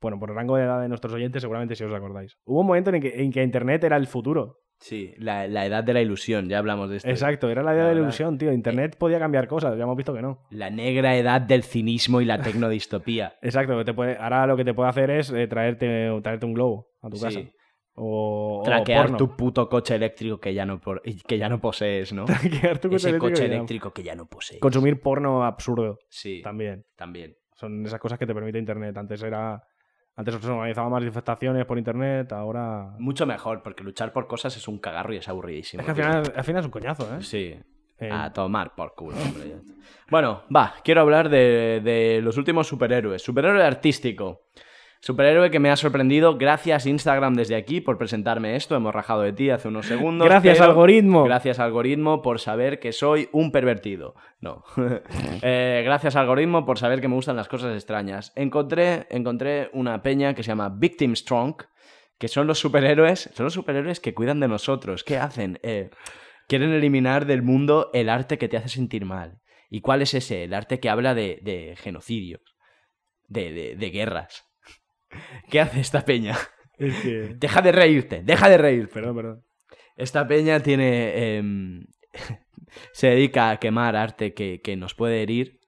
Speaker 2: Bueno, por el rango de edad de nuestros oyentes, seguramente si os acordáis. Hubo un momento en el que, en que Internet era el futuro.
Speaker 1: [COUGHS] Sí, la, la edad de la ilusión, ya hablamos de esto.
Speaker 2: Exacto, era la idea
Speaker 1: La
Speaker 2: de la
Speaker 1: verdad.
Speaker 2: ilusión, tío. Internet podía cambiar cosas, ya hemos visto que no.
Speaker 1: La negra edad del cinismo y la tecnodistopía.
Speaker 2: Exacto, que te puede, ahora lo que te puede hacer es eh, traerte, o traerte un globo a tu
Speaker 1: Sí.
Speaker 2: casa. [LAUGHS] O, o
Speaker 1: Oh, Traquear
Speaker 2: porno.
Speaker 1: tu puto coche eléctrico que ya no, por- que ya no posees, ¿no?
Speaker 2: [LAUGHS] Traquear tu
Speaker 1: Ese coche
Speaker 2: y ya.
Speaker 1: eléctrico que ya no posees.
Speaker 2: Consumir porno absurdo
Speaker 1: Sí,
Speaker 2: también.
Speaker 1: también.
Speaker 2: Son esas cosas que te permite Internet. Antes era. Antes se organizaban manifestaciones por Internet, ahora.
Speaker 1: Mucho mejor, porque luchar por cosas es un cagarro y es aburridísimo.
Speaker 2: Es que al
Speaker 1: tío.
Speaker 2: final, al final es un coñazo, ¿eh?
Speaker 1: Sí.
Speaker 2: Eh,
Speaker 1: A tomar por culo, hombre. ya está. Bueno, va, quiero hablar de, de los últimos superhéroes. Superhéroe artístico. Superhéroe que me ha sorprendido. Gracias Instagram desde aquí por presentarme esto. Hemos rajado de ti hace unos segundos.
Speaker 2: Gracias,
Speaker 1: pero-
Speaker 2: algoritmo.
Speaker 1: Gracias algoritmo por saber que soy un pervertido. No. [LAUGHS] Eh, gracias algoritmo por saber que me gustan las cosas extrañas. Encontré, encontré una peña que se llama Victim Strong, que son los superhéroes, son los superhéroes que cuidan de nosotros. ¿Qué hacen? Eh, quieren eliminar del mundo el arte que te hace sentir mal. ¿Y cuál es ese? El arte que habla de, de genocidios, de, de- de guerras. ¿Qué hace esta peña?
Speaker 2: Es que...
Speaker 1: Deja de reírte, deja de reírte.
Speaker 2: Perdón, perdón.
Speaker 1: Esta peña tiene. em, [LAUGHS] se dedica a quemar arte que, que nos puede herir.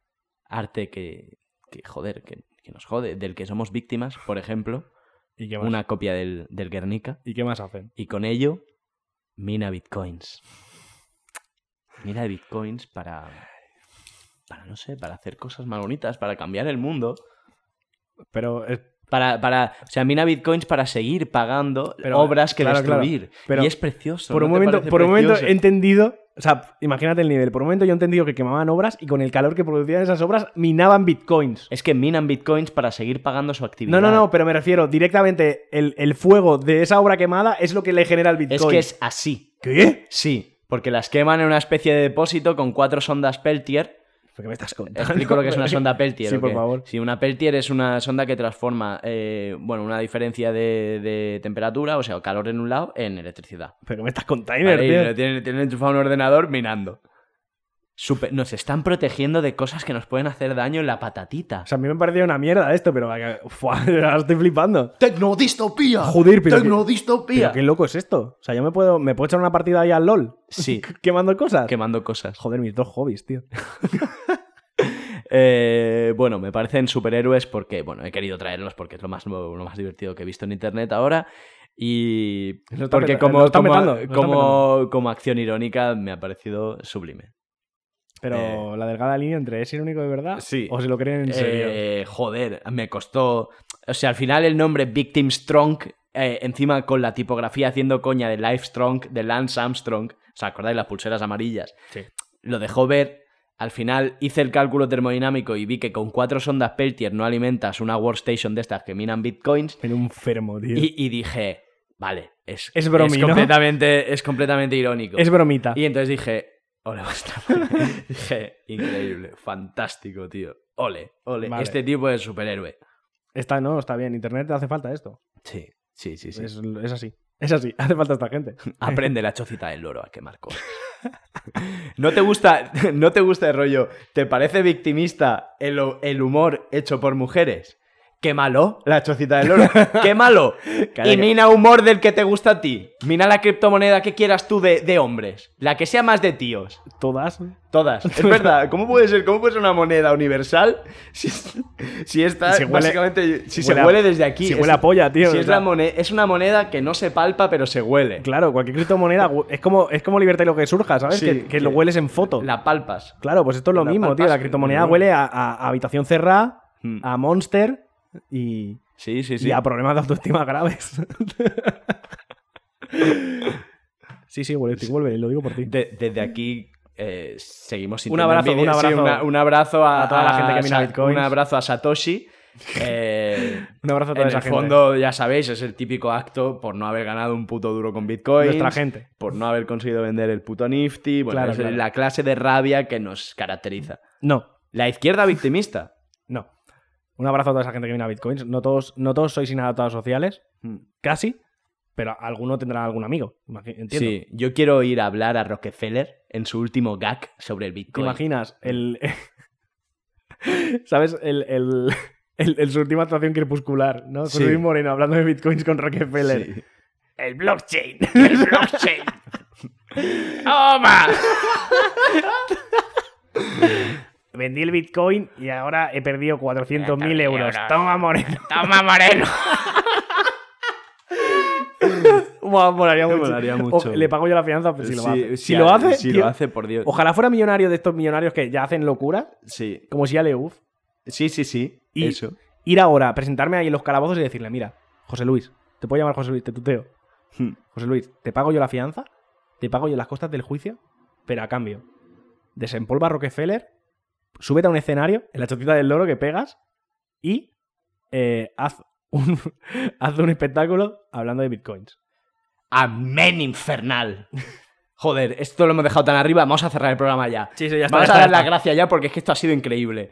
Speaker 1: Arte que. que, joder, que, que nos jode. Del que somos víctimas, por ejemplo.
Speaker 2: ¿Y qué más?
Speaker 1: una copia del, del Guernica
Speaker 2: ¿Y qué más hacen?
Speaker 1: y con ello mina bitcoins. Mina de bitcoins para, para, no sé, para hacer cosas más bonitas, para cambiar el mundo.
Speaker 2: Pero es-
Speaker 1: Para, para, o sea, mina bitcoins para seguir pagando
Speaker 2: Pero,
Speaker 1: obras que
Speaker 2: claro, claro,
Speaker 1: destruir.
Speaker 2: pero
Speaker 1: y es precioso.
Speaker 2: por,
Speaker 1: ¿no
Speaker 2: un
Speaker 1: te
Speaker 2: momento,
Speaker 1: parece
Speaker 2: por un momento he
Speaker 1: precioso?
Speaker 2: entendido, o sea, imagínate el nivel, por un momento yo he entendido que quemaban obras y con el calor que producían esas obras minaban bitcoins.
Speaker 1: Es que minan bitcoins para seguir pagando su actividad.
Speaker 2: No, no, no, pero me refiero directamente el, el fuego de esa obra quemada es lo que le genera el bitcoin.
Speaker 1: Es que es así.
Speaker 2: ¿Qué?
Speaker 1: Sí, porque las queman en una especie de depósito con cuatro sondas [LAUGHS] Peltier.
Speaker 2: ¿Por qué me estás contando?
Speaker 1: Explico lo que es una sonda Peltier.
Speaker 2: Sí,
Speaker 1: ¿o
Speaker 2: por
Speaker 1: qué?
Speaker 2: favor.
Speaker 1: Sí, una Peltier es una sonda que transforma, eh, bueno, una diferencia de, de temperatura, o sea, calor en un lado, en electricidad.
Speaker 2: ¿Pero qué me estás contando,
Speaker 1: Ahí
Speaker 2: tío?
Speaker 1: lo tienen, tienen enchufado un ordenador minando. Súper- nos están protegiendo de cosas que nos pueden hacer daño en la patatita.
Speaker 2: O sea, a mí me parecía una mierda esto, pero ¡fua! [LAUGHS] ahora estoy flipando.
Speaker 1: ¡Tecnodistopía!
Speaker 2: Joder, pero qué-
Speaker 1: ¡Tecnodistopía!
Speaker 2: Pero qué loco es esto. O sea, yo me puedo, me puedo echar una partida ahí al LOL.
Speaker 1: Sí.
Speaker 2: [LAUGHS] Quemando cosas.
Speaker 1: Quemando cosas.
Speaker 2: Joder, mis dos hobbies, tío.
Speaker 1: Eh, bueno, me parecen superhéroes porque, bueno, he querido traerlos porque es lo más nuevo, lo más divertido que he visto en internet ahora. Y
Speaker 2: Lo está
Speaker 1: porque
Speaker 2: peta-
Speaker 1: como,
Speaker 2: lo está
Speaker 1: como,
Speaker 2: petando, lo está
Speaker 1: como-
Speaker 2: petando.
Speaker 1: como acción irónica me ha parecido sublime.
Speaker 2: Pero la delgada línea entre es irónico de verdad
Speaker 1: Eh. Sí.
Speaker 2: o se lo creen en serio.
Speaker 1: Eh, joder, me costó. O sea, al final el nombre Victim Strong, eh, encima con la tipografía haciendo coña de Life Strong, de Lance Armstrong, ¿os acordáis las pulseras amarillas?
Speaker 2: Sí.
Speaker 1: Lo dejó ver. Al final hice el cálculo termodinámico y vi que con cuatro sondas Peltier no alimentas una workstation de estas que minan bitcoins.
Speaker 2: Pero un enfermo, tío.
Speaker 1: Y, y dije, vale, es,
Speaker 2: Es bromi, ¿no?
Speaker 1: completamente, es completamente irónico.
Speaker 2: Es bromita.
Speaker 1: Y entonces dije, ole, [LAUGHS] vuestra madre". Dije, increíble, fantástico, tío. Ole, ole.
Speaker 2: Vale.
Speaker 1: Este tipo es superhéroe.
Speaker 2: Está, no, está bien. Internet hace falta esto.
Speaker 1: Sí, sí, sí, sí.
Speaker 2: [LAUGHS] Es, es así. Es así. [LAUGHS] Hace falta esta gente.
Speaker 1: Aprende la chocita del loro a quemar cosas. ¿No te gusta, [LAUGHS] no te gusta el rollo? ¿Te parece victimista el, el humor hecho por mujeres? Quémalo, la chocita del loro.
Speaker 2: [LAUGHS]
Speaker 1: Quémalo.
Speaker 2: Cara,
Speaker 1: y
Speaker 2: que-
Speaker 1: mina humor del que te gusta a ti. Mina la criptomoneda que quieras tú de, de hombres. La que sea más de tíos.
Speaker 2: Todas. [LAUGHS]
Speaker 1: Todas. Es verdad. ¿Cómo puede ser? ¿Cómo puede ser una moneda universal [LAUGHS] si, si está
Speaker 2: Si huele-
Speaker 1: básicamente si
Speaker 2: huele
Speaker 1: se
Speaker 2: a-
Speaker 1: huele desde aquí?
Speaker 2: si huele a polla, tío,
Speaker 1: Si
Speaker 2: o
Speaker 1: es,
Speaker 2: sea.
Speaker 1: la mone- es una moneda que no se palpa pero se huele.
Speaker 2: Claro, cualquier criptomoneda hu- es como, es como libertad y lo que surja, ¿sabes?
Speaker 1: Sí,
Speaker 2: que, que lo
Speaker 1: que-
Speaker 2: hueles en foto.
Speaker 1: La palpas.
Speaker 2: Claro, pues esto es lo
Speaker 1: La
Speaker 2: mismo,
Speaker 1: palpas,
Speaker 2: tío. La
Speaker 1: pero
Speaker 2: criptomoneda
Speaker 1: no-
Speaker 2: huele a, a- a habitación cerrada,
Speaker 1: Hmm.
Speaker 2: a monster y,
Speaker 1: Sí, sí,
Speaker 2: y a problemas de autoestima
Speaker 1: [LAUGHS]
Speaker 2: graves. sí, sí, vuelve, vuelve, lo digo por ti.
Speaker 1: De- desde aquí eh, seguimos
Speaker 2: Un
Speaker 1: intentando
Speaker 2: abrazo,
Speaker 1: envidiar-
Speaker 2: un abrazo.
Speaker 1: sí, una- un abrazo a,
Speaker 2: A toda la gente que mina
Speaker 1: Sa-
Speaker 2: bitcoins.
Speaker 1: Un abrazo a
Speaker 2: [LAUGHS]
Speaker 1: Satoshi. Eh,
Speaker 2: Un abrazo a toda
Speaker 1: en
Speaker 2: esa
Speaker 1: el
Speaker 2: gente.
Speaker 1: fondo, ya sabéis, es el típico acto por no haber ganado un puto duro con Bitcoin.
Speaker 2: Nuestra gente.
Speaker 1: Por no haber conseguido vender el puto Nifty. Bueno,
Speaker 2: Claro,
Speaker 1: es
Speaker 2: claro.
Speaker 1: la clase de rabia que nos caracteriza.
Speaker 2: No,
Speaker 1: La izquierda victimista.
Speaker 2: no. Un abrazo a toda esa gente que viene a Bitcoins. No todos, no todos sois inadaptados sociales,
Speaker 1: Hmm.
Speaker 2: casi, pero alguno tendrá algún amigo. imagi- Entiendo.
Speaker 1: Sí, yo quiero ir a hablar a Rockefeller en su último gag sobre el
Speaker 2: ¿Te
Speaker 1: Bitcoin.
Speaker 2: imaginas el. [LAUGHS] ¿Sabes? El, el, el- el- su última actuación crepuscular, ¿no? Con
Speaker 1: Sí.
Speaker 2: Luis Moreno hablando de bitcoins con Rockefeller.
Speaker 1: Sí. [LAUGHS]
Speaker 2: El blockchain.
Speaker 1: ¡Toma!
Speaker 2: [LAUGHS] Vendí el bitcoin y ahora he perdido 400.000 euros. Toma, Moreno.
Speaker 1: [LAUGHS] ¡Toma, Moreno!
Speaker 2: [LAUGHS] Buah, molaría
Speaker 1: Me
Speaker 2: mucho.
Speaker 1: molaría
Speaker 2: O-
Speaker 1: mucho.
Speaker 2: le pago yo la fianza pues, si lo
Speaker 1: Sí, sí,
Speaker 2: hace. si lo
Speaker 1: a-
Speaker 2: hace,
Speaker 1: si
Speaker 2: tío,
Speaker 1: lo hace, por Dios.
Speaker 2: Ojalá fuera millonario de estos millonarios que ya hacen locura,
Speaker 1: Sí,
Speaker 2: como si ya le uf.
Speaker 1: sí, sí, sí.
Speaker 2: Y
Speaker 1: Eso.
Speaker 2: ir ahora, presentarme ahí en los calabozos y decirle, mira, José Luis, te puedo llamar José Luis, te tuteo.
Speaker 1: Hmm.
Speaker 2: José Luis, te pago yo la fianza, te pago yo las costas del juicio, pero a cambio, desempolva a Rockefeller, súbete a un escenario en la chocita del loro que pegas y eh, haz, un, [LAUGHS] haz un espectáculo hablando de bitcoins.
Speaker 1: Amén [LAUGHS] infernal. Joder, esto lo hemos dejado tan arriba. Vamos a cerrar el programa ya.
Speaker 2: Sí, sí, ya está,
Speaker 1: Vamos
Speaker 2: ya
Speaker 1: a
Speaker 2: está,
Speaker 1: dar
Speaker 2: ya
Speaker 1: las
Speaker 2: está.
Speaker 1: gracias ya porque es que esto ha sido increíble.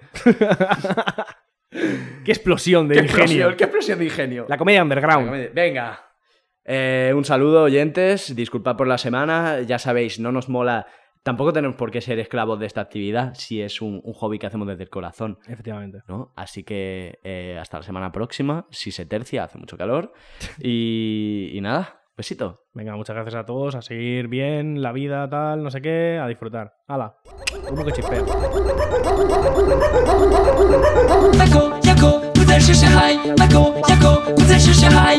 Speaker 2: ¡Qué explosión de
Speaker 1: ¡Qué
Speaker 2: ingenio!
Speaker 1: explosión, qué explosión de ingenio!
Speaker 2: La comedia underground.
Speaker 1: Venga. Eh, un saludo, oyentes. Disculpad por la semana. Ya sabéis, no nos mola. Tampoco tenemos por qué ser esclavos de esta actividad si es un, un hobby que hacemos desde el corazón.
Speaker 2: Efectivamente.
Speaker 1: ¿no? Así que eh, hasta la semana próxima, si se tercia, hace mucho calor. Y, y nada, besito.
Speaker 2: Venga, muchas gracias a todos, a seguir bien, la vida, tal, no sé qué, a disfrutar. ¡Hala! Uno que chispea.
Speaker 3: Michael, Jaco, 不再是小孩。Michael, Jaco, 不再
Speaker 4: 是谁来？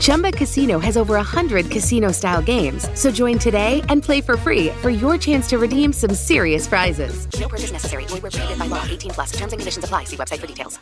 Speaker 5: Chumba Casino has over 100 casino style games. So join today and play for free for your chance to redeem some serious prizes. No purchase necessary. Void where prohibited by law. 18 plus. Terms and conditions apply. See website for details.